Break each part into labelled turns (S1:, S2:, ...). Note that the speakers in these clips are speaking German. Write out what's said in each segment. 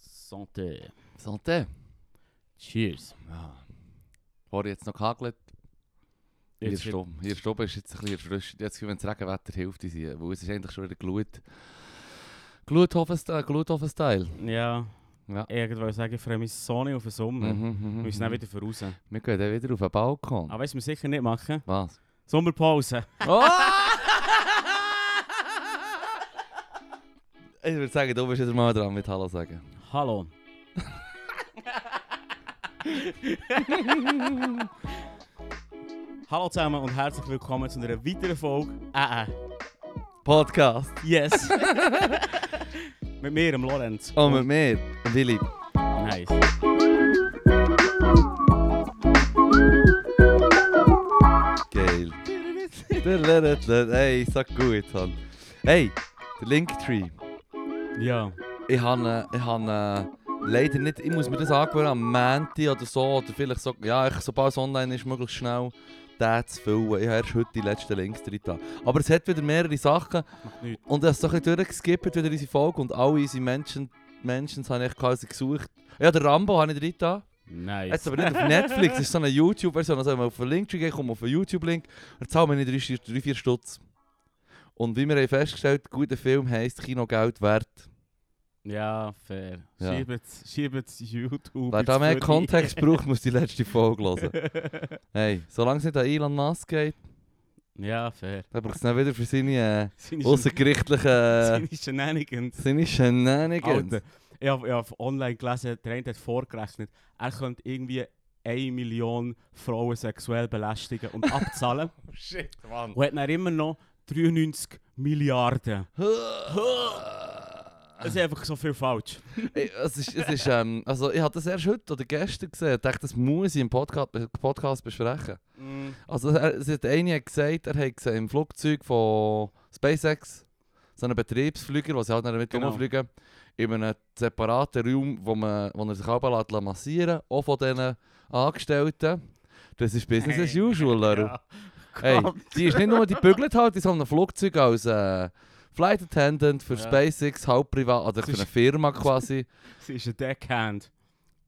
S1: Santé.
S2: Santé.
S1: Cheers.
S2: Ja. Vorher jetzt noch gehagelt. Hier
S1: Jetzt
S2: stoppen. Hier stoppen ist jetzt ein bisschen erfrischend. Jetzt, wenn das Regenwetter hilft, uns hier. Weil es ist eigentlich schon wieder Glut. Gluthofen-Style. Gluthofen-Style.
S1: ja,
S2: Ja.
S1: irgendwann sagen, ich freue mich so nicht auf den Sommer.
S2: Mhm, mhm,
S1: Wir müssen
S2: mhm.
S1: dann wieder voraus. Aber
S2: Wir gehen dann wieder auf den Balkon.
S1: weißt du, was wir sicher nicht machen?
S2: Was?
S1: Sommerpause.
S2: Oh! ich würde sagen, du bist wieder mal dran mit Hallo sagen.
S1: Hallo. Hallo zusammen und herzlich willkommen zu einer weiteren Folge. Äh, äh.
S2: Podcast.
S1: Yes. Mit mir, dem Lorenz.
S2: Oh, mit mir. Und Philipp.
S1: Nice.
S2: Geil. hey, so gut, Mann. Hey, der Linktree.
S1: Ja.
S2: Ich habe ich han, äh, leider nicht, ich muss mir das angewöhnen, am Mänti oder so, oder vielleicht so, ja, ich, sobald es online ist, möglichst schnell den zu füllen. Ich habe erst heute die letzten Links drin. getan. Aber es hat wieder mehrere Sachen
S1: Macht nichts.
S2: und ich habe es so ein bisschen durchgeskippt, wieder unsere Folge und alle unsere Menschen, Menschen habe ich quasi gesucht. Ja, der Rambo habe ich drin. getan.
S1: Nice.
S2: Jetzt aber nicht auf Netflix, es ist so eine YouTube-Version. Also, wenn man auf einen Link geht, kommt man auf einen YouTube-Link. Dann zahlt man nicht 3-4 Stutz. Und wie wir haben festgestellt, guter Film heisst Kino Geld wert.
S1: Ja, fair.
S2: Ja.
S1: Schiebt, schiebt YouTube.
S2: Wer da
S1: ins
S2: mehr
S1: Goodie.
S2: Kontext braucht, muss die letzte Folge hören. Hey, solange es nicht an Elon Musk geht,
S1: ja, fair.
S2: dann braucht es dann wieder für seine
S1: Seine,
S2: äh,
S1: Schen-
S2: außergerichtlichen äh,
S1: seine Shenanigans.
S2: seine Shenanigans.
S1: Alter, ich habe hab online gelesen, der eine hat vorgerechnet, er könnte irgendwie 1 Million Frauen sexuell belästigen und abzahlen.
S2: Shit, Mann.
S1: und hat dann immer noch 93 Milliarden. Das ist einfach so viel falsch.
S2: Ey, es ist, es ist, ähm, also ich habe das erst heute oder gestern gesehen. Ich dachte, das muss ich im Podcast, Podcast besprechen.
S1: Mm,
S2: Also er, es hat eine hat gesagt, er hat gesehen, im Flugzeug von SpaceX, so einen Betriebsflüger, was sie halt dann damit
S1: Genau.
S2: rumfliegen, in einem separaten Raum, wo, man, wo er sich auch lässt massieren lässt, auch von diesen Angestellten. Das ist Business as usual, Leru.
S1: Ja.
S2: Hey,
S1: Gott.
S2: die ist nicht nur die bügelt halt in so einem Flugzeug als äh, Flight Attendant für
S1: Ja.
S2: SpaceX, halb privat, oder für
S1: ist-
S2: eine Firma quasi.
S1: Sie ist ein Deckhand.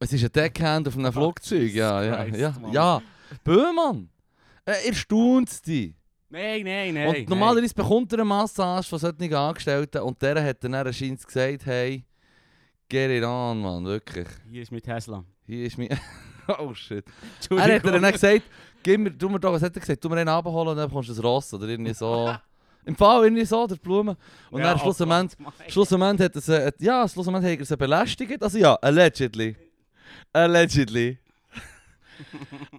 S2: Es ist ein Deckhand auf einem Flugzeug, ja, ja,
S1: Oh, Christ,
S2: ja,
S1: Mann.
S2: ja. Böhmann, äh, erstaunt dich.
S1: Nein, nein, nein.
S2: Und normalerweise bekommt er eine Massage von solchen Angestellten und der hat dann anscheinend gesagt, hey, get it on, Mann, wirklich.
S1: nein. Hier ist mit Tesla.
S2: Hier ist mein... oh shit. Er hat dann
S1: Entschuldigung.
S2: gesagt, gib mir, tu mir doch, was hat er gesagt, tu mir einen abholen und dann bekommst du ein Ross oder irgendwie so. Im Fall irgendwie so, der Blumen. Und
S1: Ja,
S2: dann schlussendlich,
S1: oh Gott, Mann.
S2: schlussendlich hat er sie, hat- ja, schlussendlich hat er sie belästigt, also ja, allegedly. Allegedly.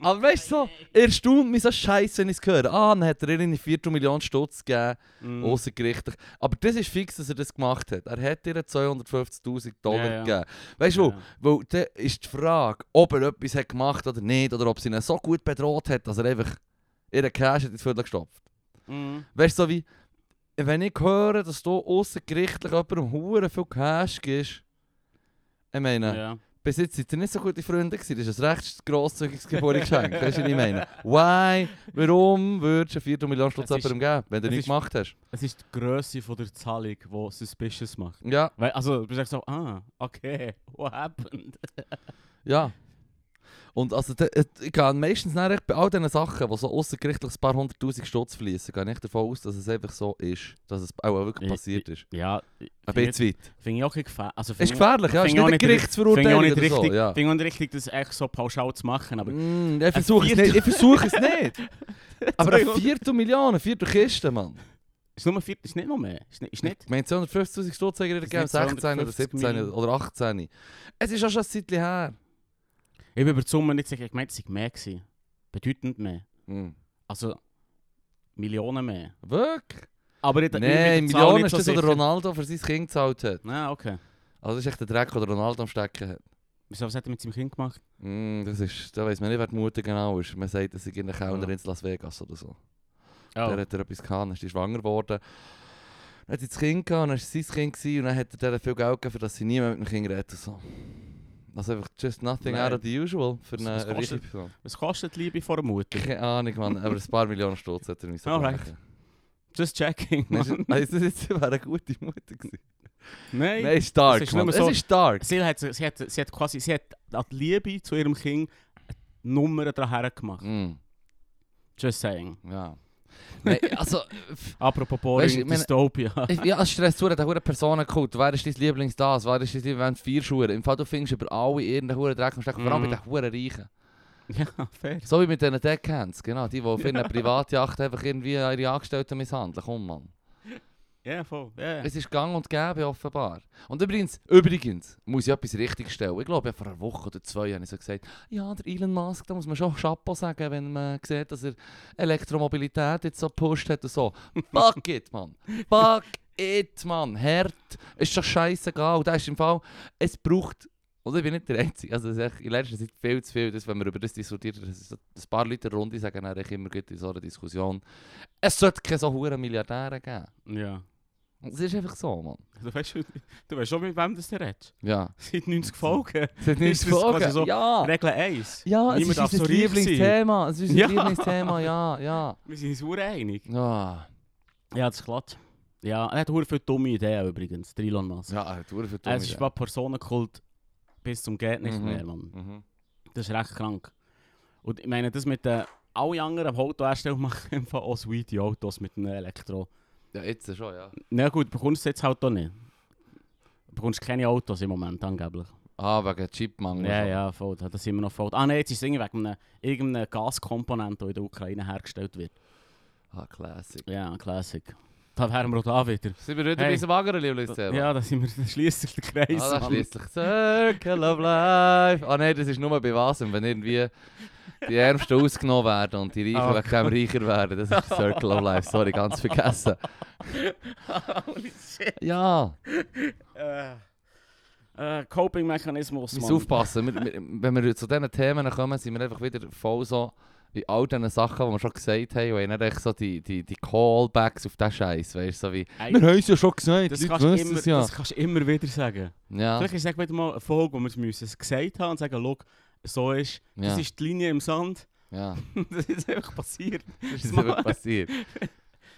S2: Aber weißt du, so, erstaunt mich so scheiße, wenn ich es höre. Ah, dann hat er ihnen 4 Millionen Stutz gegeben.
S1: Mm.
S2: Oh, Außergerichtlich. Aber das ist fix, dass er das gemacht hat. Er hat ihr 250.000 Dollar
S1: Ja, ja.
S2: gegeben. Weißt du,
S1: Ja.
S2: wo? Weil da ist die Frage, ob er etwas hat gemacht oder nicht, oder ob sie ihn so gut bedroht hat, dass er einfach ihren Cash hat ins Viertel gestopft.
S1: Mm.
S2: Weißt du, so wie, wenn ich höre, dass du außergerichtlich jemandem Huren viel Cash gibst, ich meine,
S1: Ja.
S2: bis jetzt seid ihr nicht so gute Freunde gewesen. Das ist ein recht grosszügiges Geburtsgeschenk. weißt du, was ich meine? Why? Warum würdest du 4 Millionen Stutz
S1: Es ist-
S2: jemandem geben, wenn du
S1: es
S2: nichts
S1: ist-
S2: gemacht hast?
S1: Es ist die Größe von der Zahlung, die suspicious macht.
S2: Ja.
S1: Weil, also, du bist echt so, ah, okay, what happened?
S2: Ja. Und also, de, äh, ich gehe meistens nachher echt bei all diesen Sachen, die so außergerichtlich ein paar hunderttausend Stutz fließen, gehe ich nicht davon aus, dass es einfach so ist. Dass es auch wirklich
S1: Ich-
S2: passiert ist.
S1: Ja,
S2: Ein bisschen weit.
S1: Finde ich auch gefährlich. Also,
S2: Ist gefährlich, ja. Ist nicht eine
S1: Finde
S2: Gerichtsverurteilung
S1: ich auch
S2: oder
S1: nicht
S2: so.
S1: richtig,
S2: Ja.
S1: finde ich auch nicht richtig, das echt so pauschal zu machen. Aber
S2: Mm, ich
S1: Ein
S2: versuche es
S1: Viertel-
S2: nicht. Ich versuche es nicht. Aber ein
S1: 200
S2: Viertel Millionen, Viertel Kisten, Mann.
S1: ist nur vier, ist nicht noch mehr. Ist nicht, ist nicht.
S2: Ich meine, 250'000 Stutz haben wir
S1: Ist
S2: gegeben,
S1: nicht
S2: 16 oder
S1: 250
S2: 17
S1: Millionen.
S2: oder 18. Es ist auch schon ein Zeitchen her.
S1: Ich bin über die Summe nicht sicher. Ich meinte, es sei mehr gewesen. Bedeutend mehr.
S2: Mm.
S1: Also, Millionen mehr.
S2: Wirklich?
S1: Aber ich,
S2: Nein,
S1: ich bin der Zahl
S2: Millionen
S1: nicht
S2: ist
S1: so
S2: das, was der
S1: sicher.
S2: Ronaldo für sein Kind gezahlt hat.
S1: Ah, okay.
S2: Also das ist echt der Dreck, den Ronaldo am Stecken hat.
S1: Wieso, was hat er mit seinem Kind gemacht?
S2: Mm, das ist, da weiss man nicht, wer die Mutter genau ist. Man sagt, dass sie in Kellner in Las Vegas oder so. Der
S1: Oh.
S2: hat er etwas gehabt, dann ist die schwanger geworden. Dann hat sie das Kind gehabt, dann war es sein Kind gewesen, und dann hat er denen viel Geld gegeben, für dass sie nie mehr mit dem Kind redet und so. Also einfach just nothing
S1: Nein.
S2: out of the usual für
S1: Was- was
S2: eine reiche
S1: kostet-
S2: Person.
S1: Was kostet die Liebe vor der Mutter?
S2: Keine Ahnung, Mann, aber ein paar Millionen Stutz hat er mir so
S1: Alright. Just checking, Mann.
S2: Nein, das wäre eine gute Mutter gewesen.
S1: Nein.
S2: Nein, ist dark.
S1: Es ist
S2: Mann.
S1: nur so-
S2: es ist dark.
S1: Sie, hat, sie, hat, sie hat quasi sie hat an die Liebe zu ihrem Kind Nummern daher gemacht.
S2: Mm,
S1: Just saying.
S2: ja. Nein, also,
S1: Apropos
S2: Weißt
S1: Boring
S2: du, ich meine-
S1: Dystopia.
S2: ich, ja, es stresst verdammt, der verdammte Personenkult. Wer ist dein Lieblings das? Wer ist dein Lieblings vier Schuhe? Im Fall, du findest über alle irgendeinen verdammten Dreck am Stecken, vor allem
S1: Mhm.
S2: bei den verdammten Reichen.
S1: ja, fair.
S2: So wie mit diesen Deckhands, genau. Die, die auf ihren Privatjacht einfach irgendwie ihre Angestellten misshandeln. Komm, Mann.
S1: Ja, voll. ja.
S2: Es ist gang und gäbe, offenbar. Und übrigens, übrigens, muss ich etwas richtig stellen. Ich glaube, ja, vor einer Woche oder zwei habe ich so gesagt, ja, der Elon Musk, da muss man schon Chapeau sagen, wenn man sieht, dass er Elektromobilität jetzt so gepusht hat und so. Fuck it, Mann. Fuck it, Mann. Herd. Ist doch scheißegal. Da ist im Fall, es braucht, und ich bin nicht der Einzige, also es ist echt, in letzter Zeit viel zu viel, dass, wenn wir über das diskutieren, dass es so- ein paar Leute in der Runde sagen, dann echt immer gut in so einer Diskussion, es sollte keine so hohen Milliardäre geben.
S1: Ja.
S2: Und Es ist einfach so, Mann.
S1: Du weißt, schon- du weißt schon, mit wem das du redest.
S2: Ja.
S1: Seit 90 Folgen.
S2: Sind
S1: nicht
S2: nicht
S1: verfolgen.
S2: so. Ja.
S1: Regel 1.
S2: Ja, es
S1: Niemand
S2: ist
S1: darf
S2: unser
S1: so reich
S2: Lieblingsthema. Es ist unser
S1: Ja.
S2: Lieblingsthema, ja, ja.
S1: Wir sind uns sehr einig.
S2: Ja,
S1: Ja, das klappt. Ja, er hat sehr viele dumme Ideen übrigens, der Elon Musk.
S2: ja, du für
S1: es ist bei Personenkult bis zum geht nicht
S2: Mhm.
S1: mehr, Mann. Das ist recht krank. Und ich meine, das mit den... Alle anderen Autohersteller machen einfach auch sweete Autos mit einem Elektro...
S2: Ja, jetzt schon, ja.
S1: Na gut, bekommst du jetzt halt auch nicht. Du bekommst keine Autos im Moment, angeblich.
S2: Ah, wegen Chipmangel.
S1: Ja,
S2: schon.
S1: ja, voll. Das ist immer noch voll. Ah nein, jetzt ist es irgendwie wegen einem- irgendeinem Gaskomponent, der in der Ukraine hergestellt wird.
S2: Ah, Classic.
S1: Ja, Classic. Da wären wir auch da wieder.
S2: Sind wir wieder
S1: Hey.
S2: bei unserem anderen Lieblingsthema?
S1: Ja, da sind wir schließlich der Kreis.
S2: Ah, das
S1: Mann.
S2: schließt sich. Circle of Life. Ah, nein, das ist nur bei was, wenn irgendwie die Ärmsten ausgenommen werden und die
S1: Ah,
S2: Reichen wegen dem reicher werden. Das ist Circle of Life. Sorry, ganz vergessen.
S1: Holy shit.
S2: Ja.
S1: Äh, äh, Coping-Mechanismus,
S2: Wir
S1: Mann.
S2: müssen aufpassen. Wir, wir, wenn wir zu diesen Themen kommen, sind wir einfach wieder voll so in all diesen Sachen, die wir schon gesagt haben. Und dann echt so die, die, die Callbacks auf diesen Scheiß. Weißt du, so wie.
S1: Ey,
S2: Wir haben es ja schon gesagt,
S1: das,
S2: die Leute
S1: kannst du
S2: wissen
S1: immer,
S2: es ja.
S1: das kannst du immer wieder sagen.
S2: Ja,
S1: Vielleicht ist es wieder mal eine Folge, wo wir es müssen es gesagt haben und sagen, «Schau, so ist, das
S2: ja,
S1: ist die Linie im Sand,
S2: ja.
S1: das ist einfach passiert,
S2: Das ist wirklich passiert.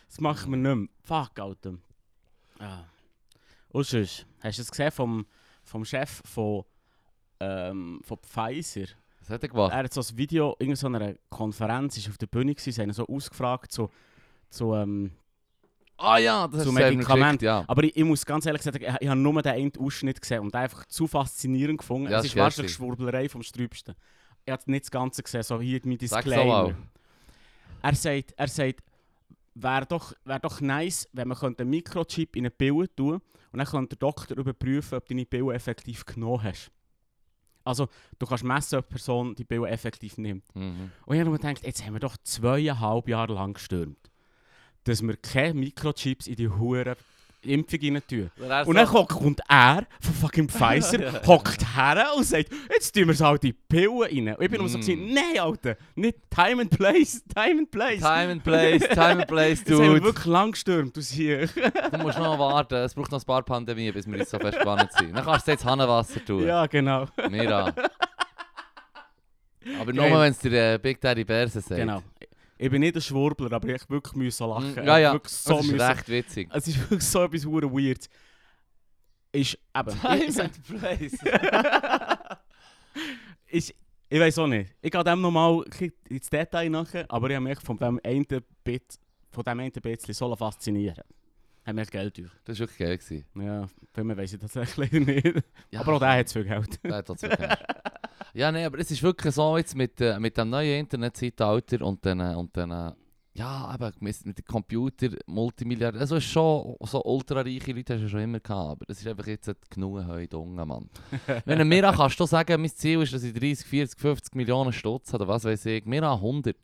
S1: das machen wir nicht mehr. Fuck, Alter. Ah. Und sonst, hast du es gesehen vom, vom Chef von, ähm, von Pfizer?
S2: Was hat er gemacht?
S1: Er hat so ein Video in so einer Konferenz, ist auf der Bühne gewesen, sie haben ihn so ausgefragt zu, zu ähm,
S2: Ah ja, das
S1: Zu
S2: hast du selber
S1: Medikamenten.
S2: geschickt, ja.
S1: aber ich, ich muss ganz ehrlich sagen, ich, ich habe nur den einen Ausschnitt gesehen und einfach zu faszinierend gefunden.
S2: Ja,
S1: es
S2: das
S1: ist
S2: ist
S1: wahrscheinlich
S2: schwierig.
S1: Schwurblerei vom Strübsten. Ich habe nicht das Ganze gesehen, so hier mein
S2: Sag's
S1: Disclaimer.
S2: doch mal.
S1: Er sagt, er sagt, wäre doch, wär doch nice, wenn man könnte einen Mikrochip in eine Pille tun und dann könnte der Doktor überprüfen, ob du deine Pille effektiv genommen hast. Also, du kannst messen, ob die Person die Pille effektiv nimmt.
S2: Mhm.
S1: Und ich habe mir gedacht, jetzt haben wir doch zweieinhalb Jahre lang gestürmt, dass wir keine Mikrochips in die Huren Impfung rein tun. Und dann kommt- kommt er von fucking Pfizer, hockt her und sagt, jetzt tun wir es halt in die Pillen rein. Und ich bin immer so
S2: Mm.
S1: gewesen, nein, Alter, nicht Time and Place, Time and Place.
S2: Time and place, time and place,
S1: Jetzt haben wir
S2: dude.
S1: wirklich lang gestürmt aus hier.
S2: Du musst noch warten, es braucht noch ein paar Pandemien, bis wir uns so fest gewandt sind. Dann kannst du jetzt Hannenwasser tun.
S1: ja, genau.
S2: Mira. Aber nur
S1: Geil.
S2: wenn es dir äh, Big Daddy Bärse sagt.
S1: genau. eh, Ich bin nicht ein Schwurbler, aber ich wirklich müssen lachen.
S2: Mm, ja,
S1: Ich
S2: ja.
S1: Wirklich so
S2: das ist
S1: müssen-
S2: recht witzig.
S1: Es ist wirklich so etwas hure weird. Ist eben. ich- ist, ich weiß auch nicht. Ich gehe dem nochmal ins Detail nachher, aber ich habe mich von dem einen Bit, von dem einen bisschen so faszinieren. Haben wir Geld durch.
S2: Das war wirklich geil. Gewesen.
S1: Ja, viel mehr weiß ich tatsächlich nicht.
S2: Ja,
S1: Aber auch der hat viel Geld.
S2: der hat dazu gehört. Ja, nee, aber es ist wirklich so jetzt mit, äh, mit dem neuen Internetzeitalter und den, äh, und den äh, ja, eben mit, mit den Computer, Multimilliarden, also es ist schon so ultrareiche Leute hast du schon immer gehabt, aber das ist einfach jetzt halt genug heute unten, Mann. Wenn du Mira kannst du sagen, mein Ziel ist, dass ich 30, 40, 50 Millionen Stutz habe, oder was weiß ich, Mira 100.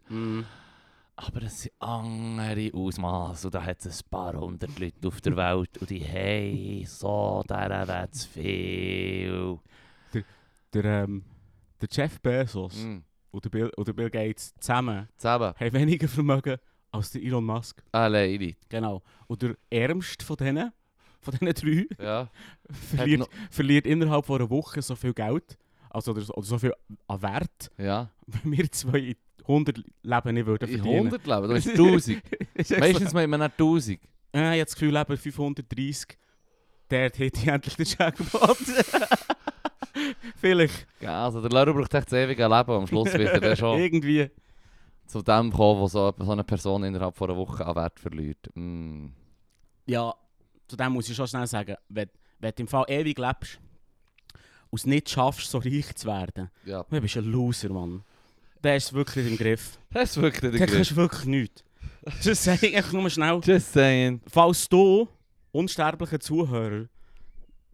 S2: Aber es sind andere Ausmaße und da hat es ein paar hundert Leute auf der Welt und die hey, so, der wäre zu viel.
S1: Der, ähm, der Jeff Bezos
S2: Mm.
S1: und, der Bill, und der Bill Gates zusammen
S2: Zusammen,
S1: haben weniger Vermögen als der Elon Musk.
S2: alleine,
S1: Genau. Und der Ärmste von denen, von diesen drei,
S2: ja.
S1: verliert, verliert innerhalb von einer Woche so viel Geld, also oder so, oder so viel an Wert,
S2: ja.
S1: wenn wir zwei in 100 Leben nicht würden
S2: In
S1: verdienen.
S2: 100 Leben, das ist 1000.
S1: Ist echt so. Ah,
S2: Meistens meint man nicht 1000.
S1: Äh, ich habe das Gefühl, leben 530 dort hätte ich endlich den Jackpot. Vielleicht.
S2: Ja, also der Lehrer braucht echt das ewige Leben. Am Schluss wird er dann schon
S1: Irgendwie.
S2: zu dem kommen, wo so, so eine Person innerhalb von einer Woche an Wert verliert. Mm.
S1: Ja, zu dem muss ich schon schnell sagen, wenn, wenn du im Fall ewig lebst und es nicht schaffst, so reich zu werden,
S2: Ja.
S1: dann bist du ein Loser, Mann. Der ist wirklich im Griff.
S2: Das ist wirklich
S1: Der
S2: der Griff.
S1: kannst du wirklich nichts. Das sage ich einfach nur schnell.
S2: Just saying.
S1: Falls du, unsterblicher Zuhörer,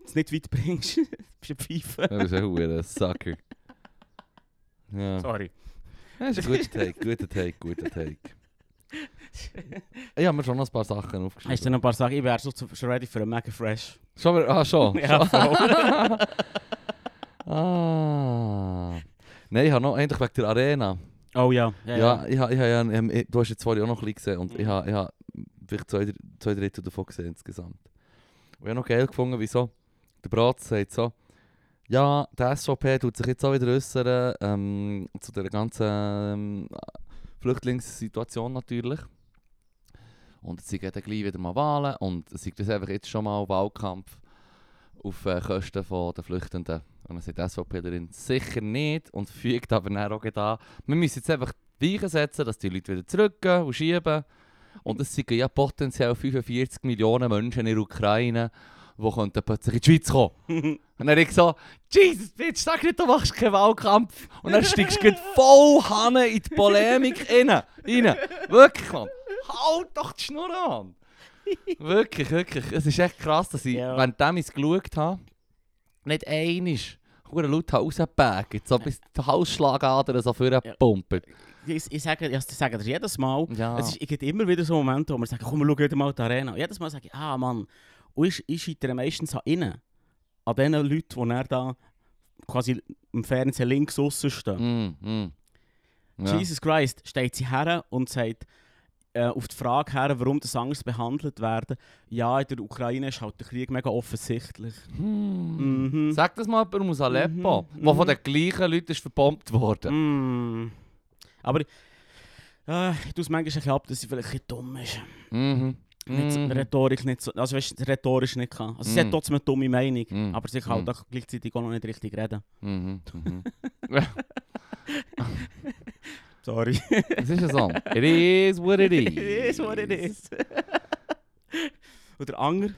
S1: es nicht weit bringst, bist du ein Pfeife.
S2: Du bist ein verdammter Sucker. Ja.
S1: Sorry.
S2: Das ist ein guter Take, guter Take, guter Take. Ich habe mir schon noch ein paar Sachen aufgeschrieben.
S1: Hast du noch ein paar Sachen? Ich wäre so zu- schon ready für einen Mega Fresh.
S2: Schon wieder, ah, schon.
S1: Ja,
S2: schon. ah. Nein, ich habe noch eigentlich wegen der Arena.
S1: Oh ja.
S2: Ja, Mhm. ich habe, ich habe ja, ähm, ich, du hast jetzt vorher auch noch ein bisschen gesehen und ich habe, ich habe vielleicht zwei, dr- zwei Drittel davon gesehen insgesamt. Und ich habe noch geil gefunden, wieso der Bratz sagt so, ja, der SVP tut sich jetzt auch wieder äußern ähm, zu der ganzen ähm, Flüchtlingssituation natürlich. Und es sind dann gleich wieder mal Wahlen und es ist das einfach jetzt schon mal Wahlkampf auf äh, Kosten von der Flüchtenden. Und dann sagt die SVP darin sicher nicht und fügt aber dann auch gleich an, wir müssen jetzt einfach die Weichen setzen, dass die Leute wieder zurückgehen und schieben. Und es sind ja potenziell 45 Millionen Menschen in der Ukraine, die könnten plötzlich in die Schweiz kommen. Und dann habe ich so, Jesus, bitch, sag nicht, du machst keinen Wahlkampf. Und dann steigst du gleich voll Hanne in die Polemik rein. rein. Wirklich, Mann. Halt doch die Schnur an. Wirklich, wirklich. Es ist echt krass, dass ich,
S1: Ja.
S2: währenddem ich es geschaut habe, nicht einisch hure laut habe rausgepackt. So bis die Halsschlagader so vorgepumpt.
S1: Ich, ich sage, ich sage das jedes Mal.
S2: Ja.
S1: Es, ist, es gibt immer wieder so Momente, wo man sagt, komm, wir schauen wieder mal die Arena. Jedes Mal sage ich, ah Mann. Und ich, ich scheitere meistens an innen. An den Leuten, die er da quasi im Fernsehen links aussen stehen.
S2: Mm, mm. Ja.
S1: Jesus Christ steht sie her und sagt, äh, auf die Frage her, warum das anders behandelt werden, ja, in der Ukraine ist halt der Krieg mega offensichtlich. Mhm.
S2: Sag das mal jemandem aus Aleppo, wo von den gleichen Leuten ist verbombt wurde.
S1: Mm. Aber äh, ich tue es manchmal ein bisschen ab, dass sie vielleicht ein bisschen dumm ist.
S2: Mhm.
S1: Nicht, so-
S2: Mhm.
S1: Rhetorisch nicht so, also weißt, du, rhetorisch nicht kann. Also sie
S2: Mhm.
S1: hat trotzdem eine dumme Meinung,
S2: Mhm.
S1: aber sie kann
S2: Mhm.
S1: halt auch gleichzeitig auch noch nicht richtig reden.
S2: Mhm. Mhm.
S1: Sorry.
S2: Es ist ja so. It is what it is.
S1: It is what it is. Und der Anger,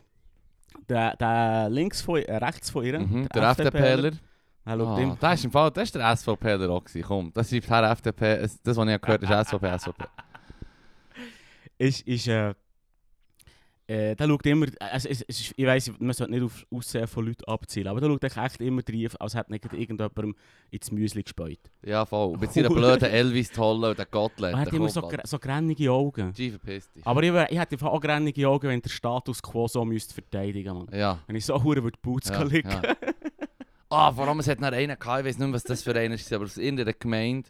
S1: der, der links von, äh, rechts von ihr,
S2: Mhm. Der FDPler.
S1: er schaut
S2: Ah,
S1: ihm-
S2: das ist im Fall, das ist der SVPler auch gewesen. Komm, das schreibt her FDP. Es- Das, was ich gehört habe, ist SVP, SVP.
S1: ist, ist äh, äh, der schaut immer, also, es, es ist, ich weiss, man sollte nicht auf Aussehen von Leuten abzielen, aber der schaut echt- echt immer drauf, als hätte nicht irgendjemandem ins Müsli gespäut.
S2: Ja, voll. Mit seiner blöden Elvis-Tolle und den Gottlet.
S1: Er hat immer Ah, so, Ah. gr- so grännige Augen.
S2: G verpiss dich.
S1: Aber ich, wär- ich hätte im Fall auch grännige Augen, wenn der Status quo so müsste verteidigen müsste.
S2: Ja.
S1: Wenn ich so hure über die Boots
S2: Ja,
S1: ja, liegen
S2: ja. Ah, vor allem, es hat noch einen gehabt, ich weiß nicht mehr, was das für einer war, aber aus irgendeiner Gemeinde.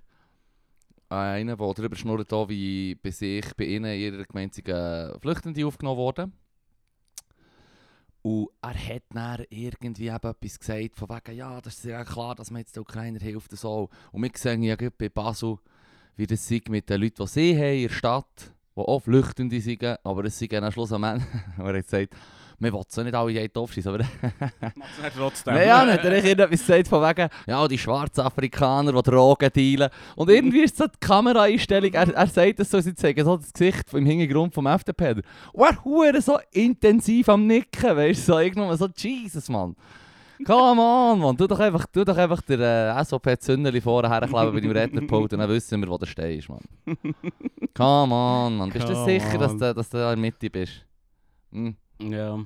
S2: äh, Einer, der darüber schnurrt, auch wie bei sich, bei ihnen in jeder Gemeinde sind äh, Flüchtende aufgenommen worden. Und er hat dann irgendwie eben etwas gesagt, von wegen, ja, das ist ja klar, dass man jetzt den Ukrainer hilft und so. Und wir sehen ja gerade bei Basel, wie das sei mit den Leuten, die sie haben in der Stadt, die auch Flüchtende sind, aber es sind am Schluss am Ende, er hat gesagt, wir wollen so nicht alle in den Topf schiessen, aber
S1: Macht's nicht trotzdem.
S2: Nein, ja, nicht. Er hat irgendetwas gesagt von wegen, ja, die schwarzen Afrikaner, die Drogen dealen. Und irgendwie ist so die Kameraeinstellung, er, er sagt das so, sie zeigen so das Gesicht im Hintergrund vom FDP. Und er hure so intensiv am Nicken, weißt du, so irgendwann so, Jesus, Mann. Come on, Mann, tu doch einfach, tu doch einfach den äh, SOP-Zündeli vorher herkleben bei deinem Rednerpult und dann wissen wir, wo du stehst, Mann. Come on, Mann. Bist du
S1: Come
S2: sicher, dass
S1: on.
S2: du, dass du da in der Mitte bist? Hm.
S1: Ja.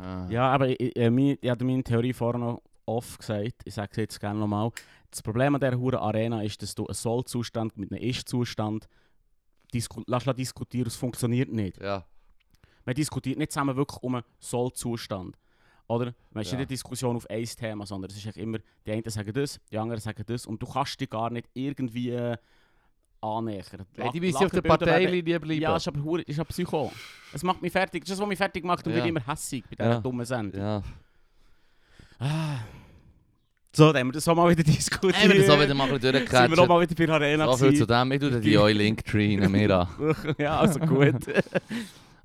S2: Ah.
S1: ja, aber ich, ich, äh, mein- ich hatte meine Theorie vorher noch oft gesagt, ich sage es jetzt gerne nochmal. Das Problem an dieser hure Arena ist, dass du einen Soll-Zustand mit einem Ist-Zustand disku lass la diskutieren, es funktioniert nicht.
S2: Ja.
S1: Man diskutiert nicht zusammen wirklich um einen Soll-Zustand. Oder? Man ist
S2: Ja.
S1: nicht eine Diskussion auf ein Thema, sondern es ist echt immer, die einen sagen das, die anderen sagen das und du kannst dich gar nicht irgendwie äh, annähern.
S2: Hey, die
S1: Lack-
S2: müssen auf
S1: Lackenbilder
S2: der
S1: werden-
S2: Parteilinie bleiben.
S1: Ja, ist aber, hure- ist aber Psycho. Es macht mich fertig. Das ist, was mich fertig macht und
S2: Ja.
S1: wird immer hässig bei dieser
S2: Ja.
S1: dummen Sendung.
S2: Ja.
S1: Ah. So, dann haben wir das auch mal wieder diskutiert.
S2: Ey, wir das auch wieder mal ein bisschen
S1: Sind wir auch
S2: durchgecatcht.
S1: mal wieder bei der Arena
S2: So viel zu
S1: gewesen.
S2: dem, ich tue dir die eure Linktree in mir an.
S1: Ja, also gut.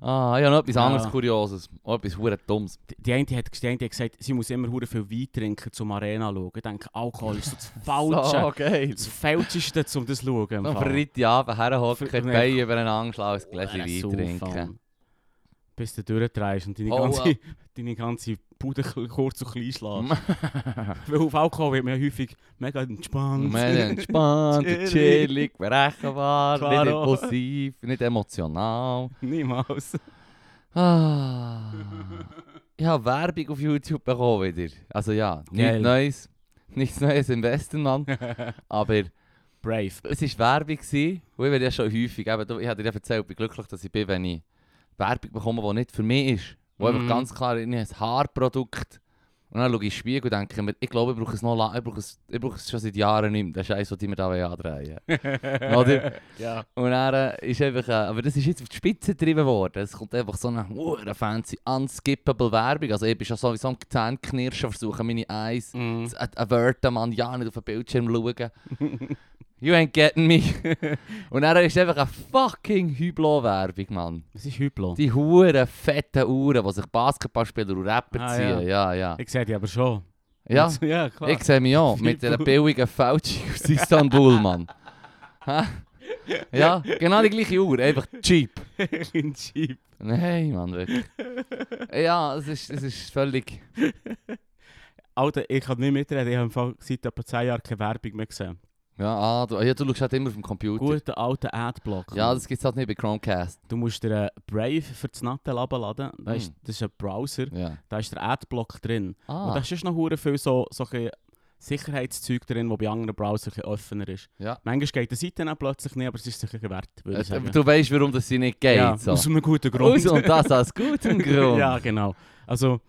S2: Ah, ich habe noch etwas
S1: Ja.
S2: anderes Kurioses. Oh, etwas hure Dummes.
S1: Die, die eine hat, die eine hat gesagt, sie muss immer hure viel Wein trinken, zum Arena zu schauen. Ich denke, Alkohol ist so das Falsche.
S2: So geil.
S1: Das Falscheste, um das zu schauen. im
S2: Am
S1: Fall.
S2: Freitagabend herhocken,
S1: Für-
S2: die Beine übereinander schlagen, ein Gläschen
S1: Äh,
S2: Wein
S1: saufen.
S2: trinken.
S1: Bis du durchdrehst und deine
S2: Oh,
S1: ganze,
S2: äh.
S1: deine ganze Bude kurz und klein schlägst. Weil auf Alkohol wird man ja häufig mega entspannt.
S2: Wir entspannt,
S1: Chillig.
S2: chillig, berechenbar,
S1: Claro.
S2: nicht impulsiv, nicht emotional.
S1: Niemals.
S2: Ah. Ich habe Werbung auf YouTube bekommen wieder. Also ja,
S1: Geil.
S2: nichts Neues. Nichts Neues im Westenland. aber
S1: Brave.
S2: es war Werbung gewesen, und ich werde ja schon häufig, eben, du- ich habe dir ja erzählt, wie glücklich dass ich bin, wenn ich Werbung bekomme, die nicht für mich ist. Wo
S1: Mhm.
S2: einfach ganz klar in ein Haarprodukt. Und dann schaue ich in den Spiegel und denke mir, ich glaube, ich brauche es noch lange, ich brauche es, ich brauche es schon seit Jahren nicht mehr. Der Scheiß, den die mir da andrehen wollen. Oder?
S1: Ja.
S2: Und dann äh, ist einfach, äh, aber das ist jetzt auf die Spitze getrieben worden. Es kommt einfach so eine hure fancy, unskippable Werbung. Also ich bin schon sowieso am Zähneknirschen, versuche meine Eyes
S1: Mm.
S2: zu ad- averten, man ja nicht auf den Bildschirm schauen. you ain't getting me. Und dann ist einfach eine fucking Hublot-Werbung, Mann.
S1: Es ist Hyplo.
S2: Die hure fetten Uhren, die sich Basketballspieler und Rapper
S1: Ah, ja.
S2: ziehen. Ja, ja.
S1: Ich sehe die aber schon.
S2: Ja,
S1: Und- ja klar.
S2: ich sehe mich auch. Mit einer billigen Fauci aus Istanbul, Mann. Hä? ja, genau die gleiche Uhr, einfach cheap.
S1: Ein Jeep.
S2: Nein, Mann, wirklich. Ja, es ist, es ist völlig...
S1: Alter, ich kann nicht mitreden. Ich habe im Fall seit etwa 10 Jahren keine Werbung mehr gesehen.
S2: Ja, ah, du, ja, du schaust halt immer auf dem Computer.
S1: Guter alter Adblock.
S2: Ja, das gibt es halt nicht bei Chromecast.
S1: Du musst dir äh, Brave für das Nattel runterladen. Das, ist,
S2: Mm.
S1: das ist ein Browser.
S2: Ja.
S1: Da ist der Adblock drin. Und
S2: Ah,
S1: da ist sonst noch hure viel so, so ein Sicherheitszeug drin, das bei anderen Browsern ein bisschen offener ist.
S2: Ja.
S1: Manchmal geht die Seite dann plötzlich nicht, aber es ist sicher wert, würde ich
S2: äh,
S1: sagen.
S2: du weißt, warum das sie nicht geht.
S1: ja,
S2: so.
S1: Aus einem guten Grund.
S2: Aus und das aus gutem Grund.
S1: ja, genau. Also,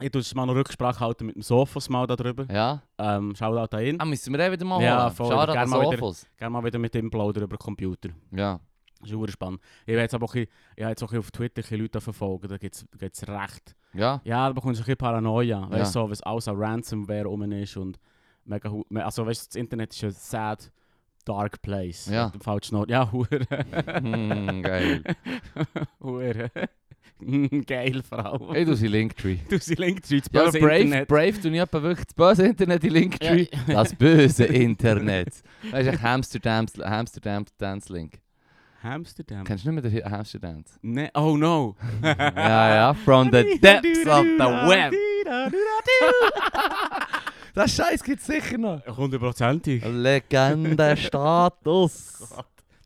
S1: ich tue jetzt mal noch Rücksprache halten mit dem Sophos mal darüber.
S2: ja.
S1: Ähm, schau da hin.
S2: Ah, müssen wir eh wieder mal holen.
S1: Ja, voll,
S2: Schade
S1: gerne
S2: an
S1: mal wieder.
S2: Sofos.
S1: Gerne mal wieder mit dem plaudern über den Computer.
S2: Ja.
S1: Das ist hure spannend. Ich habe jetzt aber auch, ein bisschen- ich hab jetzt auch ein bisschen auf Twitter ein bisschen Leute verfolgen, da geht es recht.
S2: Ja.
S1: Ja, da bekommst du ein bisschen Paranoia. Weißt du,
S2: Ja.
S1: so, wenn alles an Ransomware rum ist und mega. hu- me- Also, weißt du, das Internet ist ein sad, dark place.
S2: Ja.
S1: Mit dem Falschen Ort. Ja, Hure.
S2: Hm, geil.
S1: Hure. Mm, Geil, Frau.
S2: Ich tue sie Linktree.
S1: Du sie linkt zu
S2: Ja, aber Brave, Brave tue ich etwa wirklich das böse Internet in Linktree. Das böse Internet. Das ist echt Hamster Dance, Hamster Dance, Dance Link.
S1: Amsterdam.
S2: Kennst du nicht mehr den Hit Hamster Dance?
S1: Ne oh no.
S2: ja, ja, from the depths of the web. Das Scheiß gibt's sicher noch.
S1: Hundertprozentig.
S2: Legendenstatus.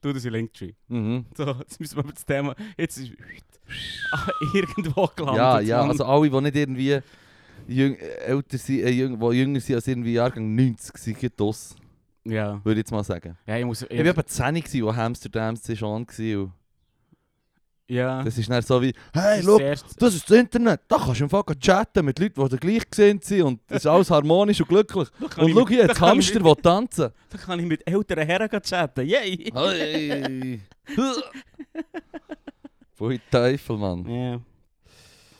S1: Du, das ist Linktree.
S2: mhm.
S1: So, jetzt müssen wir über das Thema... Jetzt ist... Ah, irgendwo gelandet.
S2: Ja, ja,
S1: Mann.
S2: also alle, die nicht irgendwie jüng, äh, älter sind, äh, jüng, die jünger sind als irgendwie Jahrgang 90, sind gerade das,
S1: Ja.
S2: würde ich jetzt mal sagen.
S1: Ja, ich muss...
S2: Ich war etwa 10 gewesen, wo Hamsterdam schon war. und
S1: ja.
S2: Das ist dann so wie,
S1: Das
S2: hey,
S1: ist
S2: schau,
S1: das erste-
S2: das ist das Internet, da kannst du im Fall gleich chatten mit Leuten, die dir gleich gesehen sind und es ist alles harmonisch und glücklich.
S1: Da kann
S2: Und
S1: ich
S2: schau
S1: mit-
S2: hier,
S1: da
S2: jetzt
S1: kann ich
S2: Hamster, der tanzen.
S1: mit- Da kann ich mit älteren Herren gehen chatten. Yay!
S2: Oi. Pfui Teufel, Mann.
S1: Ja.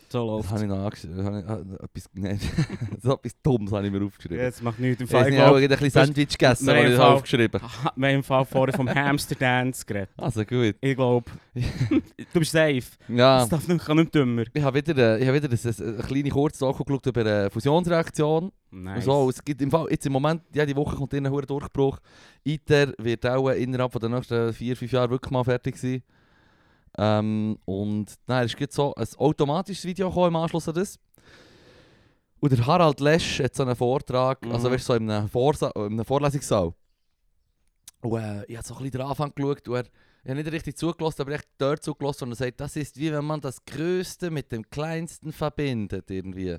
S1: So
S2: Das
S1: läuft
S2: habe ich noch angeschrieben. Das habe ich- ah, etwas, nein, so etwas Dummes habe ich mir aufgeschrieben.
S1: Jetzt macht nichts im
S2: Ich habe
S1: Fall. Ich
S2: auch
S1: glaube,
S2: ein bisschen Sandwich gegessen,
S1: Nein,
S2: habe
S1: im
S2: ich
S1: Fall-
S2: aufgeschrieben.
S1: wir haben im Fall vorher vom Hamsterdance geredet.
S2: Also gut.
S1: Ich glaube... du bist safe.
S2: Ja,
S1: Das darf nicht, kann nicht dümmer.
S2: ich habe wieder, äh, ich habe wieder das, das, eine kleine kurze Doku geschaut über eine Fusionsreaktion.
S1: Nice.
S2: Und so, es gibt im Fall, jetzt im Moment, ja, die Woche kommt irgendein hoher Durchbruch. ITER wird auch äh, innerhalb von den nächsten vier, fünf Jahren wirklich mal fertig sein. Ähm, und nein, es gibt so ein automatisches Video gekommen im Anschluss an das. Und der Harald Lesch hat so einen Vortrag,
S1: Mhm.
S2: also weißt du, so in einem, Vorsa in einem Vorlesungssaal. Und äh, ich habe so ein bisschen den Anfang geschaut und er, ich habe nicht richtig zugelassen, aber echt dort zugelassen und er sagt, das ist wie wenn man das Größte mit dem Kleinsten verbindet irgendwie.